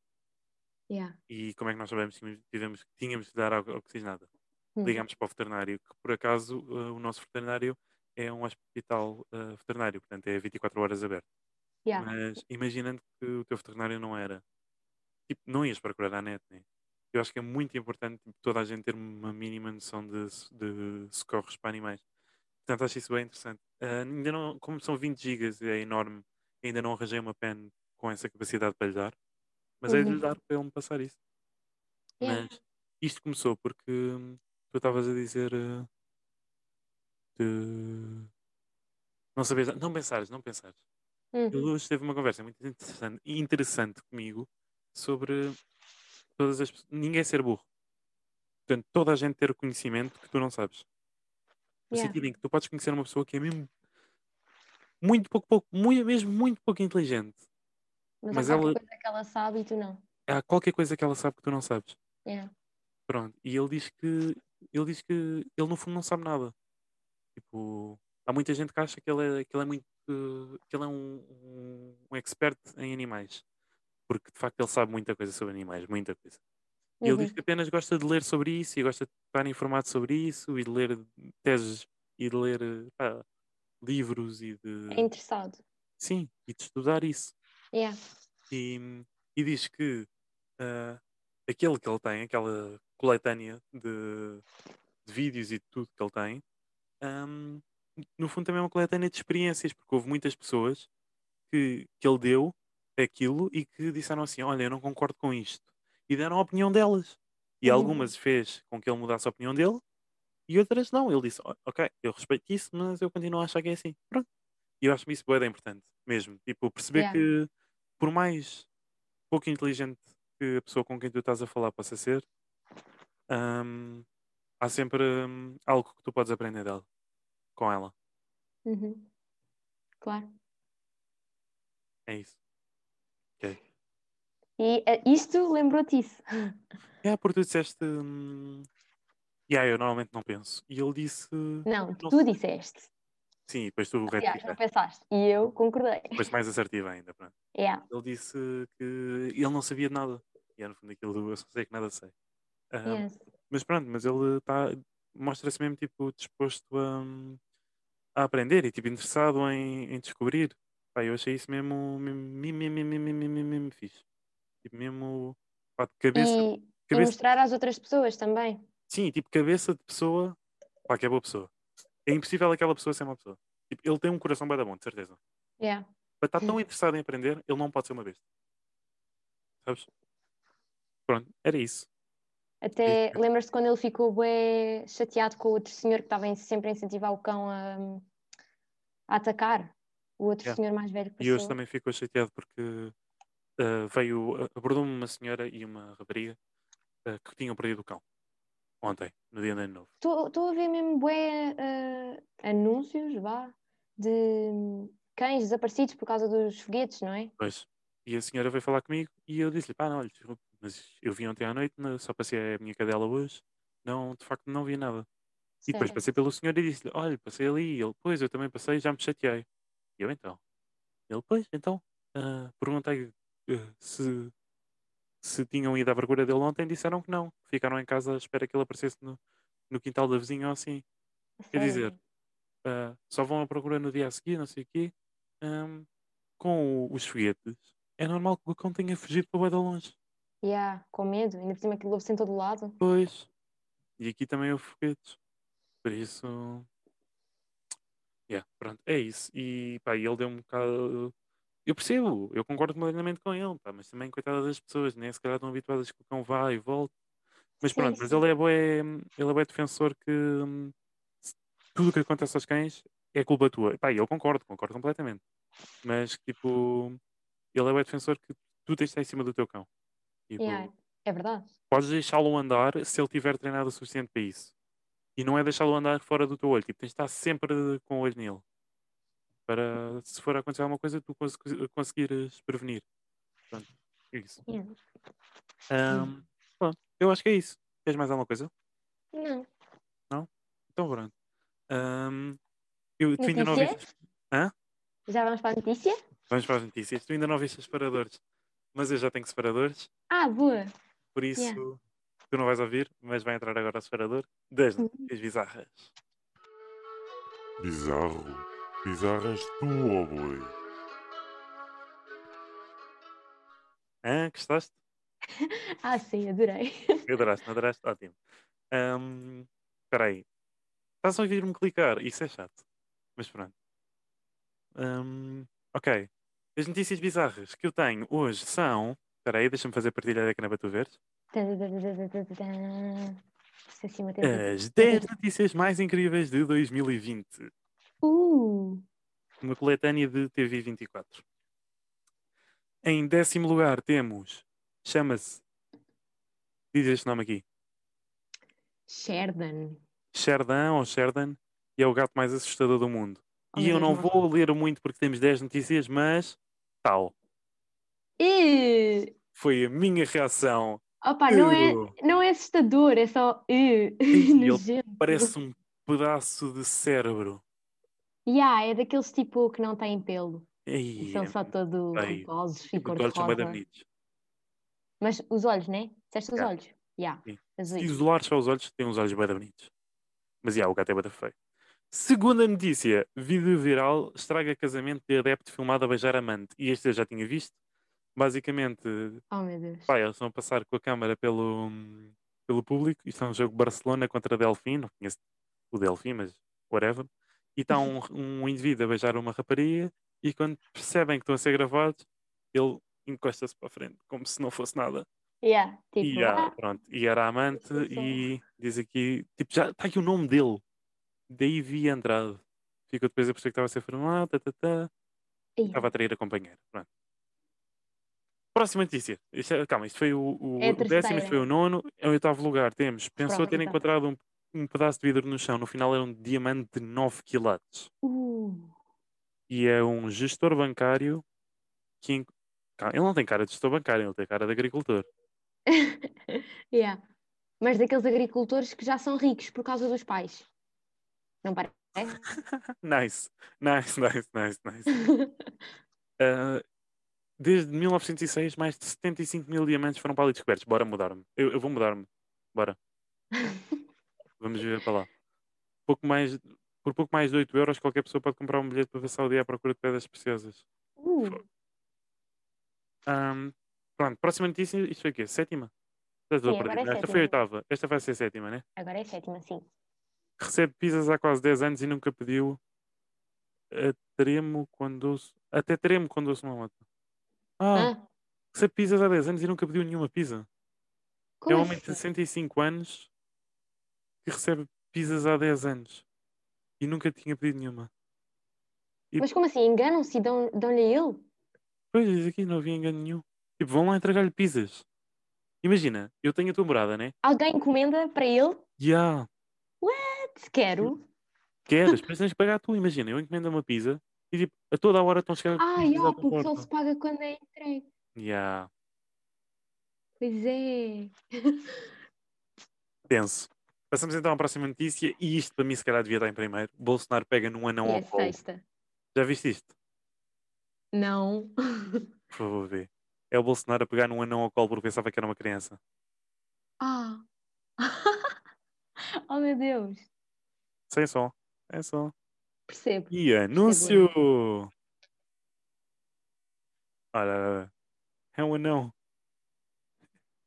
Speaker 2: Yeah.
Speaker 1: E como é que nós sabemos que tivemos, tínhamos de dar água oxigenada?
Speaker 2: Hum.
Speaker 1: ligámos para o veterinário, que por acaso eh, o nosso veterinário é um hospital eh, veterinário, portanto é 24 horas aberto.
Speaker 2: Yeah.
Speaker 1: Mas imaginando que o teu veterinário não era, tipo, não ias procurar à net, né? Eu acho que é muito importante tipo, toda a gente ter uma mínima noção de, s- de socorros para animais. Portanto, acho isso bem interessante. Ah, ainda não, como são 20 gigas, é enorme, ainda não arranjei uma pen com essa capacidade para lhe dar, mas é de lhe
Speaker 2: Uhum.
Speaker 1: dar para ele me passar isso.
Speaker 2: Yeah.
Speaker 1: Mas isto começou porque hum, tu estavas a dizer eh, tu- Não sabias, não pensares, não pensares.
Speaker 2: Hum.
Speaker 1: Ele hoje teve uma conversa muito interessante, interessante comigo sobre todas as pessoas- ninguém é ser burro. Portanto, toda a gente ter o conhecimento que tu não sabes. No
Speaker 2: Yeah.
Speaker 1: sentido em que tu podes conhecer uma pessoa que é mesmo muito pouco, pouco muito, mesmo muito pouco inteligente.
Speaker 2: Mas,
Speaker 1: mas
Speaker 2: há qualquer
Speaker 1: ela-
Speaker 2: coisa que ela sabe e tu não.
Speaker 1: É, Há qualquer coisa que ela sabe que tu não sabes.
Speaker 2: Yeah.
Speaker 1: Pronto. E ele diz que ele diz que ele no fundo não sabe nada. Tipo, há muita gente que acha que ele é, que ele é muito eh, que ele é um, um, um expert em animais. Porque de facto ele sabe muita coisa sobre animais, muita coisa. E ele diz
Speaker 2: Uhum.
Speaker 1: que apenas gosta de ler sobre isso e gosta de estar informado sobre isso e de ler teses e de ler eh, pá, livros e de.
Speaker 2: É interessado.
Speaker 1: Sim, e de estudar isso.
Speaker 2: Yeah.
Speaker 1: E, e diz que ah, aquele que ele tem, aquela coletânea de, de vídeos e de tudo que ele tem, ahm, no fundo também é uma coletânea de experiências, porque houve muitas pessoas que, que ele deu aquilo e que disseram assim: Olha, eu não concordo com isto. E deram a opinião delas. E
Speaker 2: Uhum.
Speaker 1: algumas fez com que ele mudasse a opinião dele e outras não. Ele disse: "Ó, Ok, eu respeito isso, mas eu continuo a achar que é assim. Pronto. E eu acho que isso é importante mesmo. Tipo, perceber
Speaker 2: Yeah.
Speaker 1: que por mais pouco inteligente que a pessoa com quem tu estás a falar possa ser, ahm, há sempre ahm, algo que tu podes aprender dela, com ela.
Speaker 2: Uhum. Claro.
Speaker 1: É isso.
Speaker 2: E eh, isto lembrou-te isso.
Speaker 1: É, porque tu disseste. Hum, yeah, eu normalmente não penso. E ele disse.
Speaker 2: Não,
Speaker 1: Não é
Speaker 2: tu disseste.
Speaker 1: Sim, e depois tu
Speaker 2: Aliás, não
Speaker 1: retificaste.
Speaker 2: pensaste. E eu concordei.
Speaker 1: Depois mais assertiva ainda. Pronto.
Speaker 2: Yeah.
Speaker 1: Ele disse que ele não sabia de nada. E é no fundo aquilo do eu só sei que nada sei. Hum, Ahm,
Speaker 2: Yes.
Speaker 1: Mas pronto, mas ele tá, mostra-se mesmo tipo, disposto a, a aprender e tipo, interessado em, em descobrir. Pá, eu achei isso mesmo, mesmo, mesmo, mesmo, mesmo, mesmo, mesmo, mesmo fixe. Tipo, mesmo pá, de cabeça,
Speaker 2: E, e
Speaker 1: cabeça
Speaker 2: mostrar às outras pessoas também.
Speaker 1: Sim, tipo, cabeça de pessoa. Pá, que é boa pessoa. É impossível aquela pessoa ser uma pessoa. Tipo, ele tem um coração bem bom, de certeza.
Speaker 2: Yeah.
Speaker 1: Para estar tão interessado em aprender, ele não pode ser uma besta. Sabes? Pronto, era isso.
Speaker 2: Até
Speaker 1: Sim.
Speaker 2: lembras-te quando ele ficou bué chateado com o outro senhor que estava em- sempre a incentivar o cão a, a atacar? O outro
Speaker 1: Yeah.
Speaker 2: senhor mais velho que
Speaker 1: E hoje
Speaker 2: passou.
Speaker 1: também ficou chateado porque ah, veio, abordou-me uma senhora e uma rapariga ah, que tinham perdido o cão. Ontem, no dia de ano novo.
Speaker 2: Estou estou a ver mesmo bué eh, anúncios, vá, de hum, cães desaparecidos por causa dos foguetes, não é?
Speaker 1: Pois. E a senhora veio falar comigo e eu disse-lhe, pá, não, olha, desculpe, mas eu vi ontem à noite, né, só passei a minha cadela hoje. Não, de facto, não vi nada. E depois
Speaker 2: Certo.
Speaker 1: passei pelo senhor e disse-lhe: Olha, passei ali. E ele, pois, eu também passei, já me chateei. E eu, então. Ele, pois, então. ah, perguntei ah, se, se tinham ido à vergura dele ontem, disseram que não. que Ficaram em casa à espera que ele aparecesse no, no quintal da vizinha ou assim.
Speaker 2: A
Speaker 1: Quer
Speaker 2: sério.
Speaker 1: dizer, ah, só vão à procura no dia a seguir, não sei o quê. Ahm, com o- os foguetes, é normal que o cão tenha fugido para o de longe.
Speaker 2: Yeah, com medo, ainda por cima aquilo ouve-se em todo lado.
Speaker 1: Pois. E aqui também houve foguetes. Por isso. Yeah, pronto, é isso. E pá, e ele deu um bocado. Eu percebo, eu concordo plenamente com ele, pá, mas também coitada das pessoas, né? Se calhar estão habituadas que o cão vá e volte. Mas
Speaker 2: Sim,
Speaker 1: pronto, mas
Speaker 2: sim.
Speaker 1: ele é bué, ele é bué defensor que hum, se- tudo o que acontece aos cães é culpa tua. Pá, e eu concordo, concordo completamente. Mas tipo, ele é bué defensor que tu tens de estar em cima do teu cão. Tipo,
Speaker 2: Yeah, É verdade.
Speaker 1: podes deixá-lo andar se ele tiver treinado o suficiente para isso. E não é deixá-lo andar fora do teu olho. Tipo, tens de estar sempre com o olho nele. Para, se for acontecer alguma coisa, tu cons- conseguires prevenir. Pronto, é isso.
Speaker 2: Yeah.
Speaker 1: Ahm, pronto, eu acho que é isso. Tens mais alguma coisa?
Speaker 2: Não.
Speaker 1: Então, pronto. Ahm, eu, tu ainda não
Speaker 2: Notícias?
Speaker 1: ouviste... Hã?
Speaker 2: Já vamos para a notícia?
Speaker 1: Vamos para as notícias. Tu ainda não ouviste os separadores. Mas eu já tenho separadores.
Speaker 2: Ah, boa.
Speaker 1: Por isso, tu não vais ouvir, mas vai entrar agora o separador das
Speaker 2: Uhum.
Speaker 1: notícias bizarras.
Speaker 3: Bizarro. Bizarras tu, oh boi.
Speaker 1: Hã? Gostaste?
Speaker 2: Ah, sim, adorei.
Speaker 1: Adoraste, não adoraste? Ótimo. Ahm, Espera aí. Estás a ouvir-me clicar? Isso é chato. Mas pronto. Ahm, ok. As notícias bizarras que eu tenho hoje são... Espera aí, deixa-me fazer partilha da ecrã para tu veres.
Speaker 2: Isso acima tem tudo.
Speaker 1: As 10 notícias mais incríveis de 2020.
Speaker 2: Uh,
Speaker 1: Uma coletânea de TV 24. Em décimo lugar temos. Chama-se. Diz este nome aqui.
Speaker 2: Sheridan.
Speaker 1: Sheridan ou Sheridan. E é o gato mais assustador do mundo.
Speaker 2: Oh,
Speaker 1: e
Speaker 2: meu
Speaker 1: eu não
Speaker 2: Deus,
Speaker 1: vou ler muito porque temos 10 notícias, mas. Tal.
Speaker 2: Ih,
Speaker 1: Foi a minha reação.
Speaker 2: Opa, não é,
Speaker 1: Eu-
Speaker 2: não é assustador, é só. Uh,
Speaker 1: ele
Speaker 2: nojento.
Speaker 1: Parece um pedaço de cérebro.
Speaker 2: Yeah, é daqueles tipo que não têm pelo e
Speaker 1: Ei, é
Speaker 2: são Então só todo
Speaker 1: sei.
Speaker 2: rugosos e
Speaker 1: Tipo, agora chama
Speaker 2: cor-de-rosa.
Speaker 1: Damnites.
Speaker 2: Mas os olhos, né? Disseste os
Speaker 1: Yeah.
Speaker 2: olhos? Yeah,
Speaker 1: Sim. Se
Speaker 2: azuis.
Speaker 1: isolar só os olhos, tem uns olhos bem bonitos. Mas, já, o gato é bem feio. Segunda notícia. Vídeo viral estraga casamento de adepto filmado a beijar amante. E este eu já tinha visto. Basicamente,
Speaker 2: Oh meu Deus.
Speaker 1: pá, eles estão a passar com a câmara pelo, pelo público. Isto é um jogo Barcelona contra Delfim. Não conheço o Delfim, mas whatever. E está um, um indivíduo a beijar uma rapariga. E quando percebem que estão a ser gravados, ele encosta-se para a frente, como se não fosse nada.
Speaker 2: Yeah, tipo,
Speaker 1: E, há-
Speaker 2: ah,
Speaker 1: pronto, e era amante
Speaker 2: Sim, sim.
Speaker 1: e diz aqui, tipo, já está aqui o nome dele. Davy Andrade. Ficou depois a perceber que estava a ser formado, tá, tá, tá.
Speaker 2: ai,
Speaker 1: estava a trair a companheira. Pronto. Próxima notícia. Isto é- calma, isto foi o, o,
Speaker 2: É a
Speaker 1: o décimo,
Speaker 2: terceira.
Speaker 1: isto foi o nono. Em oitavo lugar temos, pensou
Speaker 2: Pronto,
Speaker 1: ter
Speaker 2: então.
Speaker 1: encontrado um, um pedaço de vidro no chão, no final era um diamante de 9 quilates.
Speaker 2: uh,
Speaker 1: E é um gestor bancário que... en- Calma, Ele não tem cara de gestor bancário, ele tem cara de agricultor.
Speaker 2: yeah. Mas daqueles agricultores que já são ricos por causa dos pais. Não parece?
Speaker 1: Nice, nice, nice, nice, nice. Uh, desde 1906, mais de 75 mil diamantes foram para ali descobertos. Bora mudar-me. Eu, eu vou mudar-me. Bora. Vamos viver para lá. Pouco mais, por pouco mais de 8 euros, qualquer pessoa pode comprar um bilhete para passar o dia à procura de pedras preciosas.
Speaker 2: Uh,
Speaker 1: Ahm, pronto, próxima notícia. Isto foi o quê? Sétima? Já estou
Speaker 2: Sim, agora
Speaker 1: perdido.
Speaker 2: é
Speaker 1: Esta foi a
Speaker 2: sétima.
Speaker 1: oitava. Esta vai ser a sétima, né?
Speaker 2: agora é sétima, sim.
Speaker 1: Recebe pizzas há quase 10 anos e nunca pediu. A tremo quando ouço... Até tremo quando ouço uma moto. Ah,
Speaker 2: Ah,
Speaker 1: recebe pizzas há 10 anos e nunca pediu nenhuma pizza.
Speaker 2: como
Speaker 1: é um
Speaker 2: assim?
Speaker 1: homem de 65 anos que recebe pizzas há 10 anos e nunca tinha pedido nenhuma.
Speaker 2: Mas como assim? Enganam-se e dão- dão-lhe a ele?
Speaker 1: Pois diz aqui, não havia engano nenhum. Tipo, vão lá entregar-lhe pizzas. Imagina, eu tenho a tua morada, né?
Speaker 2: Alguém encomenda para ele?
Speaker 1: E há,
Speaker 2: Se quero.
Speaker 1: queres, mas tens de pagar tu. Imagina, eu encomendo uma pizza e tipo, a toda hora estão a chegar.
Speaker 2: Ah,
Speaker 1: pizzas à
Speaker 2: yeah,
Speaker 1: tua
Speaker 2: porque só
Speaker 1: porta.
Speaker 2: se paga quando é entregue.
Speaker 1: Ya,
Speaker 2: Pois é.
Speaker 1: tenso. Passamos então à próxima notícia e isto para mim se calhar devia estar em primeiro. Bolsonaro pega num anão
Speaker 2: e é
Speaker 1: ao colo.
Speaker 2: sexta.
Speaker 1: Já viste isto?
Speaker 2: Não.
Speaker 1: Por favor, vê. É o Bolsonaro a pegar num anão ao colo porque pensava que era uma criança.
Speaker 2: Ah. oh meu Deus.
Speaker 1: Sem som. Sem som.
Speaker 2: Percebo.
Speaker 1: E anúncio! Olha, é um anão.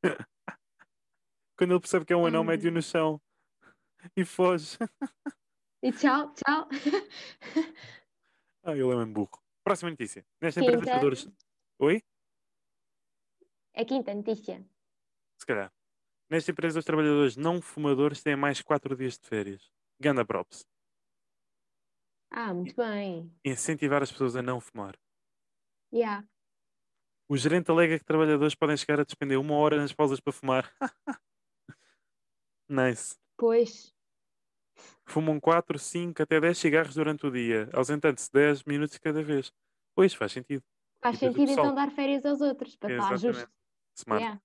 Speaker 1: Quando ele percebe que é um anão,
Speaker 2: Ai, meu
Speaker 1: mete-o no chão e foge.
Speaker 2: E tchau, tchau.
Speaker 1: Ah, ele é um burro. Próxima notícia. Nesta
Speaker 2: Quinta.
Speaker 1: empresa de jogadores. Oi?
Speaker 2: É a quinta notícia.
Speaker 1: Se calhar. Nesta empresa, os trabalhadores não fumadores têm mais 4 dias de férias. Ganda props.
Speaker 2: Ah, muito bem.
Speaker 1: Incentivar as pessoas a não fumar.
Speaker 2: Yeah.
Speaker 1: O gerente alega que trabalhadores podem chegar a despender uma hora nas pausas para fumar. nice.
Speaker 2: Pois.
Speaker 1: Fumam 4, 5, até 10 cigarros durante o dia, ausentando-se 10 minutos cada vez. Pois, faz sentido.
Speaker 2: Faz
Speaker 1: E depois o
Speaker 2: sentido então
Speaker 1: pessoal-
Speaker 2: dar férias aos outros, para estar
Speaker 1: Exatamente.
Speaker 2: justo.
Speaker 1: Smart.
Speaker 2: Yeah.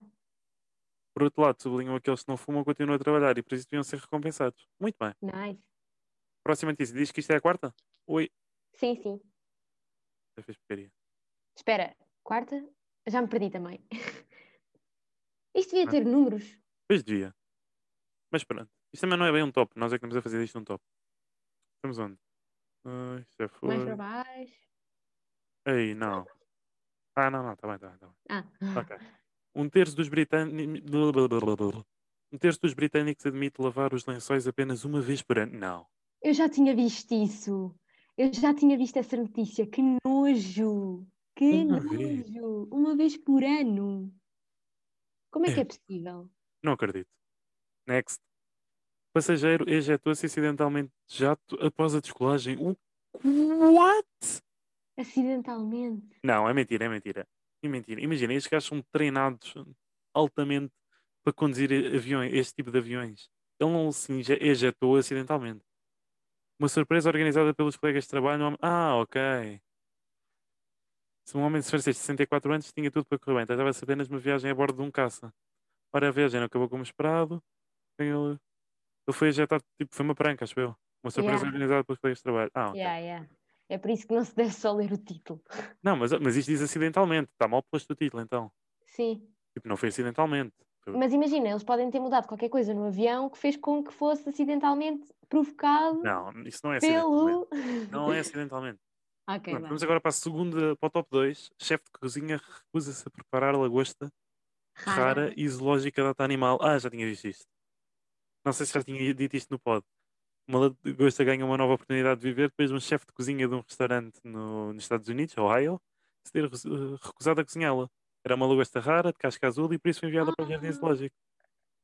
Speaker 1: Por outro lado, sublinham aqueles que não fumam continuam a trabalhar e por isso deviam ser recompensados. Muito bem.
Speaker 2: Nice.
Speaker 1: Próxima notícia. Diz que isto é a quarta? Oi.
Speaker 2: Sim, sim.
Speaker 1: Já fez porcaria.
Speaker 2: Espera, quarta? Já me perdi também. Isto devia ter números.
Speaker 1: Pois devia. Mas pronto. Isto também não é bem um top. Nós é que estamos a fazer isto um top. Estamos onde? Ah, isto já foi.
Speaker 2: Mais para baixo.
Speaker 1: Ei, não. Ah, não, não. Está bem, está bem, está bem.
Speaker 2: Ah.
Speaker 1: Ok. Um terço dos britânicos. Um terço dos britânicos admite lavar os lençóis apenas uma vez por ano. Não.
Speaker 2: Eu já tinha visto isso. Eu já tinha visto essa notícia. Que nojo! Que
Speaker 1: Uma vez.
Speaker 2: nojo! Uma vez por ano. Como é que
Speaker 1: É.
Speaker 2: é possível?
Speaker 1: Não acredito. Next. Passageiro ejetou-se acidentalmente de jato após a descolagem. O what?
Speaker 2: Acidentalmente.
Speaker 1: Não, é mentira, é mentira. É mentira. Imagina, estes gajos são treinados altamente para conduzir aviões, este tipo de aviões. Ele não se inje- ejetou acidentalmente. Uma surpresa organizada pelos colegas de trabalho. um homem- Ah, ok. Se um homem de francês de 64 anos tinha tudo para correr bem, tratava-se apenas de uma viagem a bordo de um caça. Ora, a viagem não acabou como esperado. Ele, ele foi ejetado, tipo, foi uma pranca, acho eu. Uma surpresa
Speaker 2: Yeah.
Speaker 1: organizada pelos colegas de trabalho. Ah, ok.
Speaker 2: Yeah, yeah. É por isso que não se deve só ler o título.
Speaker 1: Não, mas, mas isto diz acidentalmente. Está mal posto o título, então.
Speaker 2: Sim.
Speaker 1: Tipo, não foi acidentalmente.
Speaker 2: Mas imagina, eles podem ter mudado qualquer coisa no avião que fez com que fosse acidentalmente provocado
Speaker 1: Não, isso não é acidentalmente.
Speaker 2: pelo.
Speaker 1: Não é acidentalmente.
Speaker 2: Ok,
Speaker 1: Pronto,
Speaker 2: vá.
Speaker 1: vamos agora para a segunda, para o top 2. Chefe de cozinha recusa-se a preparar lagosta
Speaker 2: Rara.
Speaker 1: rara e zoológica data animal. Ah, já tinha visto isto. Não sei se já tinha dito isto no pod. Uma lagosta ganha uma nova oportunidade de viver depois de um chefe de cozinha de um restaurante no, nos Estados Unidos, Ohio, se ter recu- eh, recusado a cozinhá-la. Era uma lagosta rara, de casca azul, e por isso foi enviada para o Jardim
Speaker 2: Ah.
Speaker 1: Zoológico.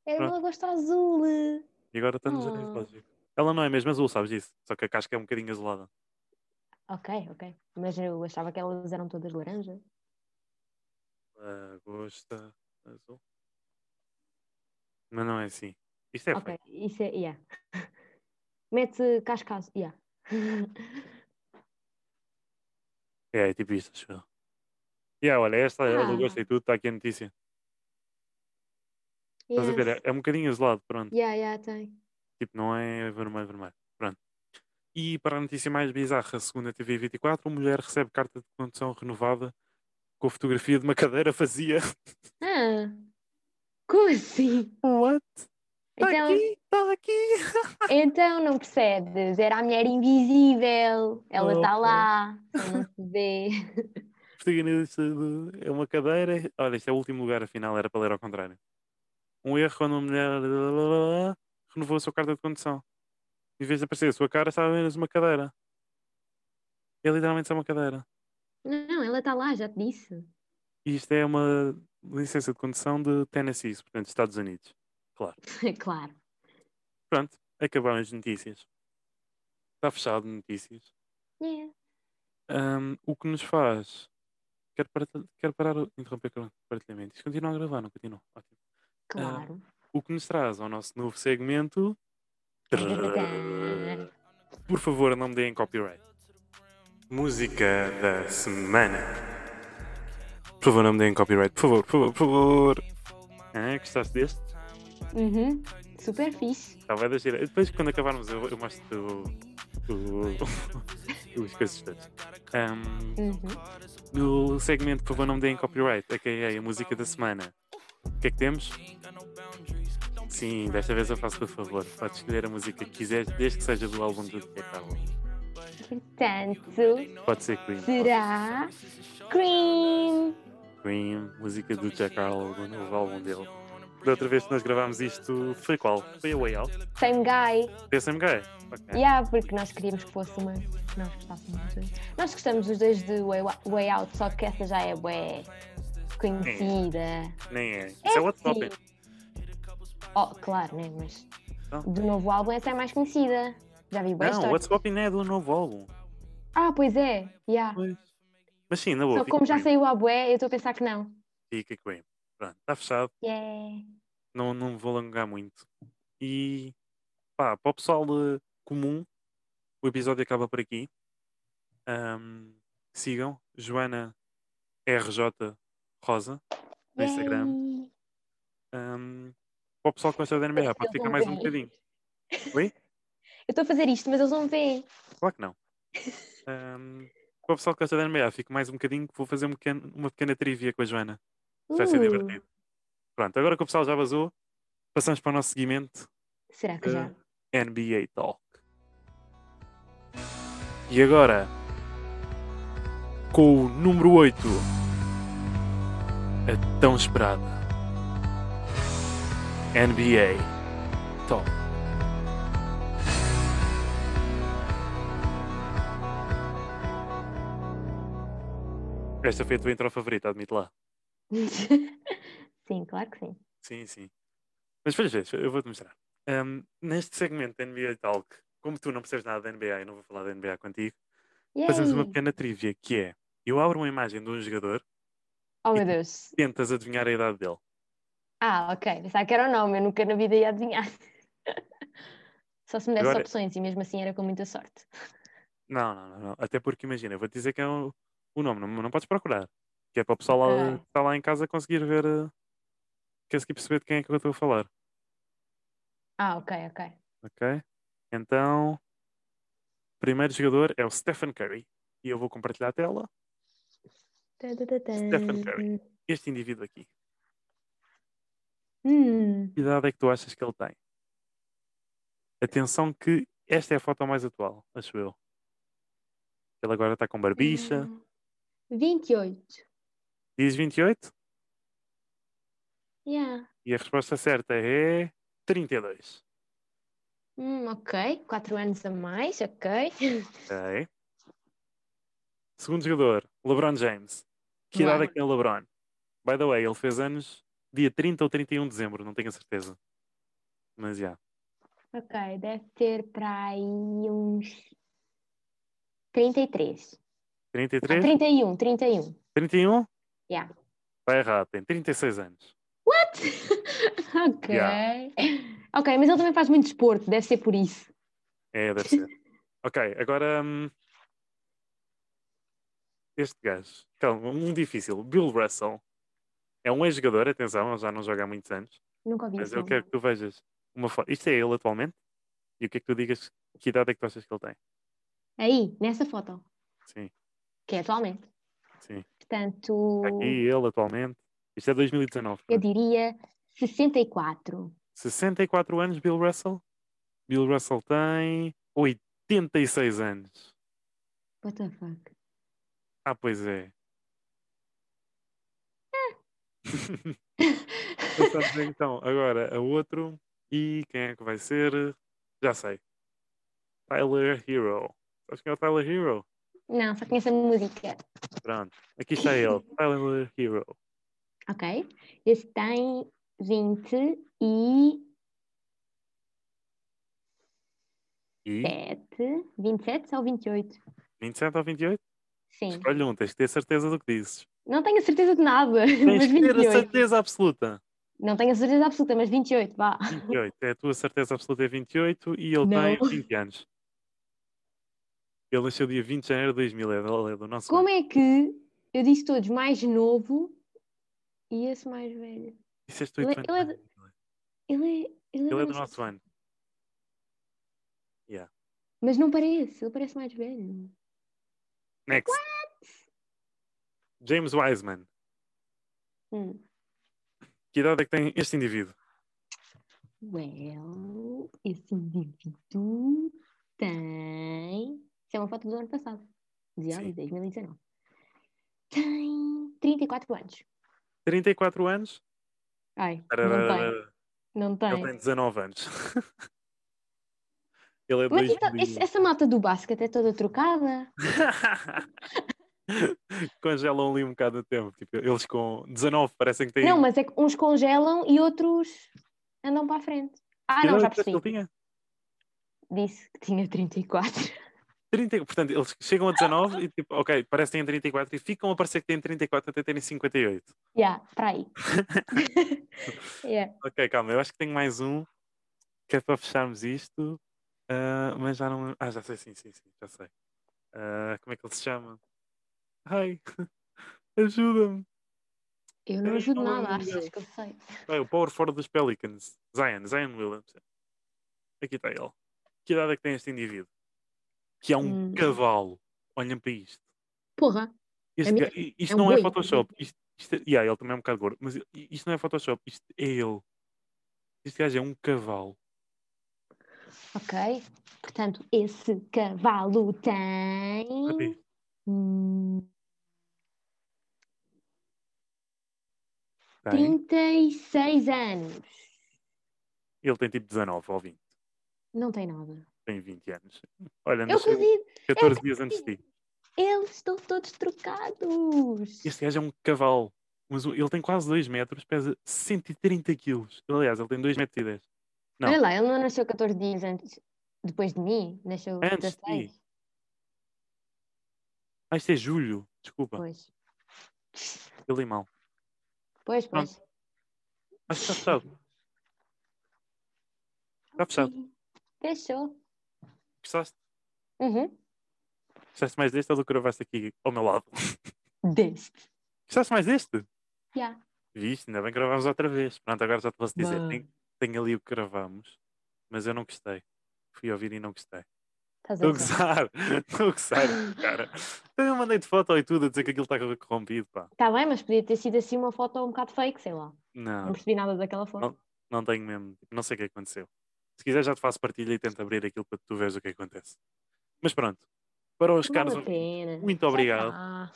Speaker 2: Era É uma
Speaker 1: Pronto.
Speaker 2: lagosta azul.
Speaker 1: E agora está no Jardim
Speaker 2: Ah.
Speaker 1: Zoológico. Ela não é mesmo azul, sabes disso? Só que a casca é um bocadinho azulada.
Speaker 2: Ok, ok. Mas eu achava que elas eram todas laranja.
Speaker 1: Lagosta Ah, azul. Mas não é assim. Isto é
Speaker 2: ok,
Speaker 1: fake.
Speaker 2: isso é. Yeah. Mete casca azul. Yeah.
Speaker 1: É, é tipo isto, acho eu. Yeah, olha, esta é a
Speaker 2: Ah.
Speaker 1: lagosta e tudo, está aqui a notícia. Estás a ver? É,
Speaker 2: Yes.
Speaker 1: é um bocadinho azulado, pronto.
Speaker 2: Yeah, yeah, tem.
Speaker 1: Tipo, não é vermelho, vermelho. Pronto. E para a notícia mais bizarra, segundo a TV 24, mulher recebe carta de condução renovada com fotografia de uma cadeira vazia.
Speaker 2: Ah, como assim?
Speaker 1: What? Está
Speaker 2: Então,
Speaker 1: Tá aqui, está aqui.
Speaker 2: então não percebes? Era a mulher invisível. Ela
Speaker 1: Opa.
Speaker 2: está lá. só Não se vê.
Speaker 1: protagonista de- é uma cadeira. Olha, este é o último lugar, afinal, era para ler ao contrário. Um erro quando uma mulher renovou a sua carta de condução. Em vez de aparecer a sua cara, estava apenas uma cadeira. É literalmente só uma cadeira.
Speaker 2: Não, ela está lá, já te disse.
Speaker 1: E isto é uma licença de condução de Tennessee, portanto, Estados Unidos.
Speaker 2: claro.
Speaker 1: Pronto, acabaram as notícias. Está fechado notícias.
Speaker 2: Yeah.
Speaker 1: Ahm, o que nos faz. Quero, para... Quero parar, o- interromper o partilhamento. Isto continua a gravar, não continua? Ótimo.
Speaker 2: Claro.
Speaker 1: o que nos traz ao nosso novo segmento.
Speaker 2: Tadadadã.
Speaker 1: Por favor, não me deem copyright. Música da semana. Por favor, não me deem copyright. Por favor, por favor, por favor. Ah, gostaste deste?
Speaker 2: Uhum. Super fixe.
Speaker 1: Tá, vai deixar. Depois, quando acabarmos, eu, eu mostro o- o- os coisas todas. Ahm,
Speaker 2: Uhum.
Speaker 1: no segmento, por favor, não me deem copyright, é a.k.a. a música da semana. O que é que temos? Sim, desta vez eu faço-te o favor. Podes escolher a música que quiseres, desde que seja do álbum do Tia Carla.
Speaker 2: Portanto,
Speaker 1: Pode ser Cream.
Speaker 2: será Cream.
Speaker 1: Cream, música do Jack Harlow, do novo álbum dele. Da outra vez que nós gravámos isto, foi qual? Foi a Way Out?
Speaker 2: Same guy.
Speaker 1: Foi a Sam Gay? Ok.
Speaker 2: Yeah, porque nós queríamos que fosse uma. que Nós gostávamos dos dois. Nós gostamos dos dois de Way, Way Out, só que essa já é bué conhecida.
Speaker 1: Nem é. Isso é outro
Speaker 2: sim.
Speaker 1: topic.
Speaker 2: Oh, claro, né? Mas
Speaker 1: Não.
Speaker 2: do novo álbum essa é mais conhecida. Já vi bué
Speaker 1: Não,
Speaker 2: história.
Speaker 1: What's Poppin' é do novo álbum.
Speaker 2: Ah, pois é. Yeah.
Speaker 1: Pois. Mas sim, na boa.
Speaker 2: Só que
Speaker 1: fica
Speaker 2: como já
Speaker 1: Cream.
Speaker 2: saiu a bué, eu estou a pensar que não.
Speaker 1: Fica Cream. Pronto, está fechado.
Speaker 2: Yeah.
Speaker 1: Não, não me vou alongar muito. E pá, para o pessoal eh, comum, o episódio acaba por aqui. Ahm, sigam Joana RJ Rosa no Instagram.
Speaker 2: Yay.
Speaker 1: Um, para o pessoal que gosta da NBA, pode
Speaker 2: Eles
Speaker 1: ficar
Speaker 2: não
Speaker 1: mais um
Speaker 2: veem.
Speaker 1: bocadinho.
Speaker 2: Eu estou a fazer isto, mas eles não me veem.
Speaker 1: Claro que não. Um, para o pessoal que gosta da NBA, fico mais um bocadinho que vou fazer um pequeno- uma pequena trivia com a Joana. Vai ser
Speaker 2: Uh,
Speaker 1: divertido. Pronto, agora que o pessoal já vazou, passamos para o nosso seguimento
Speaker 2: Será que
Speaker 1: de
Speaker 2: já?
Speaker 1: É, NBA Talk. E agora, com o número 8, a tão esperada NBA Talk. Esta foi a tua intro favorita, admite lá.
Speaker 2: sim, claro que sim.
Speaker 1: Sim, sim. Mas depois vês, eu vou-te mostrar. Um, neste segmento da NBA Talk, como tu não percebes nada da NBA, eu não vou falar da NBA contigo,
Speaker 2: Yay!
Speaker 1: fazemos uma pequena trivia que é: eu abro uma imagem de um jogador,
Speaker 2: Oh meu Deus.
Speaker 1: tentas adivinhar a idade dele.
Speaker 2: Ah, ok. Pensava que era o nome, eu nunca na vida ia adivinhar. Só se me desse
Speaker 1: Agora-
Speaker 2: opções e mesmo assim era com muita sorte.
Speaker 1: Não, não, não, não. Até porque imagina, eu vou te dizer que é o, o nome, não, não podes procurar. Que é para o pessoal lá,
Speaker 2: Ok.
Speaker 1: que está lá em casa conseguir ver, eh, conseguir perceber de quem é que eu estou a falar.
Speaker 2: Ah, ok, ok.
Speaker 1: Ok? Então, o primeiro jogador é o Stephen Curry. E eu vou compartilhar a tela.
Speaker 2: Tã, tã, tã, tã.
Speaker 1: Stephen Curry. Este indivíduo aqui.
Speaker 2: Hum,
Speaker 1: Que idade é que tu achas que ele tem? Atenção que esta é a foto mais atual, acho eu. Ele agora está com barbicha.
Speaker 2: hum. 28.
Speaker 1: Diz 28
Speaker 2: Yeah.
Speaker 1: e a resposta certa é 32.
Speaker 2: Hum, ok. 4 anos a mais, ok.
Speaker 1: Ok. Segundo jogador, LeBron James. Que idade é
Speaker 2: Uau.
Speaker 1: que tem o LeBron? By the way, ele fez anos dia 30 ou 31 de dezembro, não tenho a certeza. Mas já.
Speaker 2: Ok, deve ter para aí uns 33. Ah,
Speaker 1: 33?
Speaker 2: 31, 31.
Speaker 1: 31?
Speaker 2: Yeah.
Speaker 1: Está errado, tem 36 anos.
Speaker 2: ok. Ok, mas ele também faz muito desporto, deve ser por isso.
Speaker 1: É, deve ser. ok, agora. hum, este gajo. Calma, um difícil. Bill Russell. É um ex-jogador, atenção, ele já não joga há muitos anos.
Speaker 2: Nunca ouvi
Speaker 1: Mas
Speaker 2: isso.
Speaker 1: eu quero que tu vejas uma foto. Isto é ele atualmente? E o que é que tu digas? Que idade é que tu achas que ele tem?
Speaker 2: Aí, nessa foto,
Speaker 1: Sim,
Speaker 2: que é atualmente.
Speaker 1: sim. Tá
Speaker 2: Portanto,
Speaker 1: Aqui ele atualmente. Isto é 2019.
Speaker 2: eu
Speaker 1: portanto.
Speaker 2: diria 64.
Speaker 1: é? 64 anos, Bill Russell. Bill Russell tem 86 anos.
Speaker 2: What the fuck?
Speaker 1: Ah, pois é.
Speaker 2: É.
Speaker 1: Passamos então agora a outro. E quem é que vai ser? Já sei. Tyler Hero. Sabes quem é o Tyler Hero?
Speaker 2: Não, só conheço a música.
Speaker 1: Pronto. Aqui está ele. Tyler Hero.
Speaker 2: Ok? Esse tem 20 e
Speaker 1: E
Speaker 2: 7. 27 ou 28?
Speaker 1: 27 ou 28?
Speaker 2: Sim.
Speaker 1: Escolhe um. Tens de ter certeza do que dizes.
Speaker 2: Não tenho a certeza de nada,
Speaker 1: Tens
Speaker 2: mas
Speaker 1: de ter a
Speaker 2: 28.
Speaker 1: certeza absoluta.
Speaker 2: Não tenho a certeza absoluta, mas 28, vá.
Speaker 1: 28. É a tua certeza absoluta é 28 e ele
Speaker 2: Não.
Speaker 1: tem 20 anos. Ele nasceu dia 20 de janeiro de 2000. É do, é do nosso
Speaker 2: Como
Speaker 1: ano.
Speaker 2: é que eu disse todos mais novo e esse mais velho?
Speaker 1: Disseste
Speaker 2: Ele-
Speaker 1: oito
Speaker 2: ele é
Speaker 1: anos.
Speaker 2: Ele é, ele
Speaker 1: Ele é do
Speaker 2: nossa-
Speaker 1: nosso ano.
Speaker 2: Mas não parece, ele parece mais velho.
Speaker 1: Next. James Wiseman.
Speaker 2: Hum.
Speaker 1: Que idade é que tem este indivíduo?
Speaker 2: Well, esse indivíduo tem. Isso é uma foto do ano passado, de
Speaker 1: Sim.
Speaker 2: ali, 2019. Tem 34 anos.
Speaker 1: 34 anos?
Speaker 2: Ai, não tem.
Speaker 1: Tararara,
Speaker 2: Não
Speaker 1: Ele tem
Speaker 2: tem.
Speaker 1: 19 anos. Ele é de
Speaker 2: Mas então,
Speaker 1: 2001.
Speaker 2: esse- essa malta do basquete é toda trocada? é-
Speaker 1: Congelam ali um bocado o tempo. Tipo, eles com 19 parecem que têm.
Speaker 2: Não, mas é que uns congelam e outros andam para a frente. Ah, não, já
Speaker 1: Que idade é que
Speaker 2: percebi.
Speaker 1: ele tinha?
Speaker 2: Disse que tinha 34.
Speaker 1: 30, portanto, eles chegam a 19 e tipo, ok, parecem que têm 34 e ficam a parecer que têm 34 até terem 58.
Speaker 2: Já, para aí. yeah.
Speaker 1: Ok, calma, eu acho que tenho mais um que é para fecharmos isto, ah, mas já não. Ah, já sei, sim, sim, sim, já sei. Ah, como é que ele se chama? Ai, ajuda-me.
Speaker 2: Eu não
Speaker 1: Ei,
Speaker 2: ajudo
Speaker 1: não é
Speaker 2: nada,
Speaker 1: meu.
Speaker 2: achas que eu sei.
Speaker 1: Ah, o Power Forward dos Pelicans, Zion, Zion Williams. Aqui está ele. Que idade é que tem este indivíduo? Que é um
Speaker 2: Hum.
Speaker 1: cavalo. Olhem para isto.
Speaker 2: Porra,
Speaker 1: Este
Speaker 2: minha-
Speaker 1: ga- i- isto
Speaker 2: é um
Speaker 1: não é
Speaker 2: boi.
Speaker 1: Photoshop. Isto, isto é- yeah, ele também é um bocado gordo, mas i- isto não é Photoshop. Isto é ele. Este gajo é um cavalo.
Speaker 2: ok. Portanto, esse cavalo tem.
Speaker 1: Cadê?
Speaker 2: hum,
Speaker 1: Tem.
Speaker 2: 36 anos.
Speaker 1: Ele tem tipo 19 ou 20.
Speaker 2: Não tem nada.
Speaker 1: Tem 20 anos. Olha,
Speaker 2: Eu É que
Speaker 1: nasceu
Speaker 2: digo,
Speaker 1: 14 dias antes de ti.
Speaker 2: eles estão todos trocados.
Speaker 1: Este gajo é um cavalo. Mas o- ele tem quase 2 metros, pesa 130 quilos. Aliás, ele tem 2 metros e 10. Não.
Speaker 2: Olha lá, ele não nasceu 14 dias antes, depois de mim, nasceu
Speaker 1: Antes de
Speaker 2: 16.
Speaker 1: ti. Ah, isto é julho. Desculpa,
Speaker 2: Pois,
Speaker 1: eu li mal.
Speaker 2: pois,
Speaker 1: Pronto.
Speaker 2: pois.
Speaker 1: Acho que está fechado. Está tá fechado.
Speaker 2: Sim. Fechou.
Speaker 1: Gostaste?
Speaker 2: Uhum.
Speaker 1: Gostaste mais deste ou do que gravaste aqui ao meu lado?
Speaker 2: Deste.
Speaker 1: Gostaste mais deste?
Speaker 2: Já.
Speaker 1: Viste, ainda bem que gravámos outra vez. Pronto, agora já te posso dizer.
Speaker 2: Bah.
Speaker 1: Tenho, tenho ali o que gravámos, mas eu não gostei. Fui ouvir e não gostei.
Speaker 2: Estás a
Speaker 1: Estou a
Speaker 2: gozar.
Speaker 1: gozar, estou a gozar, cara. Então eu mandei-te foto e tudo a dizer que aquilo está corrompido, pá.
Speaker 2: Está Tá bem, mas podia ter sido assim uma foto um bocado fake, sei lá. Não
Speaker 1: Não,
Speaker 2: percebi nada daquela foto.
Speaker 1: Ah. não tenho mesmo, tipo, não sei o que aconteceu. Se quiser já te faço partilha e tento abrir aquilo para tu veres o que acontece. Mas pronto, para os
Speaker 2: Não é
Speaker 1: caros
Speaker 2: vale a
Speaker 1: ouvintes,
Speaker 2: pena.
Speaker 1: muito
Speaker 2: Já
Speaker 1: obrigado.
Speaker 2: está.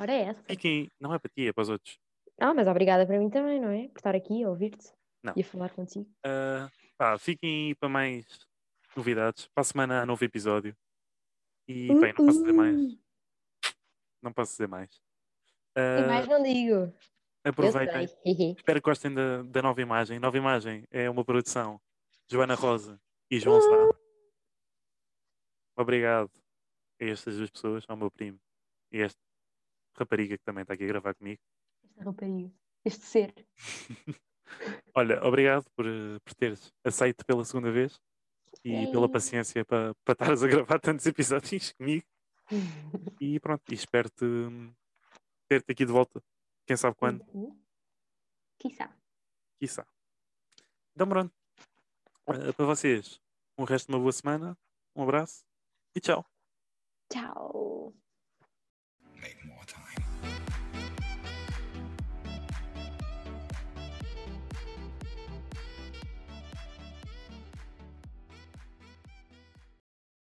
Speaker 2: Ora é essa.
Speaker 1: fiquem, não é para ti, é para os outros.
Speaker 2: Ah, mas obrigada para mim também, não é? Por estar aqui a ouvir-te
Speaker 1: Não.
Speaker 2: e a falar contigo.
Speaker 1: Ah, pá, fiquem aí para mais novidades. Para a semana há novo episódio. E bem, não posso dizer mais,
Speaker 2: Uh-uh.
Speaker 1: não posso dizer mais.
Speaker 2: E mais
Speaker 1: Ah,
Speaker 2: não digo.
Speaker 1: aproveitem.
Speaker 2: Eu sei.
Speaker 1: Espero que gostem da, da nova imagem. Nova imagem é uma produção. Joana Rosa e João Sá. Obrigado a estas duas pessoas, ao meu primo e a esta rapariga que também está aqui a gravar comigo.
Speaker 2: Esta rapariga. é um Este ser.
Speaker 1: Olha, obrigado por, eh, por teres aceito pela segunda vez e pela
Speaker 2: Yay.
Speaker 1: paciência para para estares a gravar tantos episódios comigo. E pronto, e espero-te hum, ter-te aqui de volta. Quem sabe quando,
Speaker 2: Uhum. Quiçá.
Speaker 1: quiçá. Então pronto. Eh, para vocês, um resto de uma boa semana, um abraço e tchau.
Speaker 2: Tchau.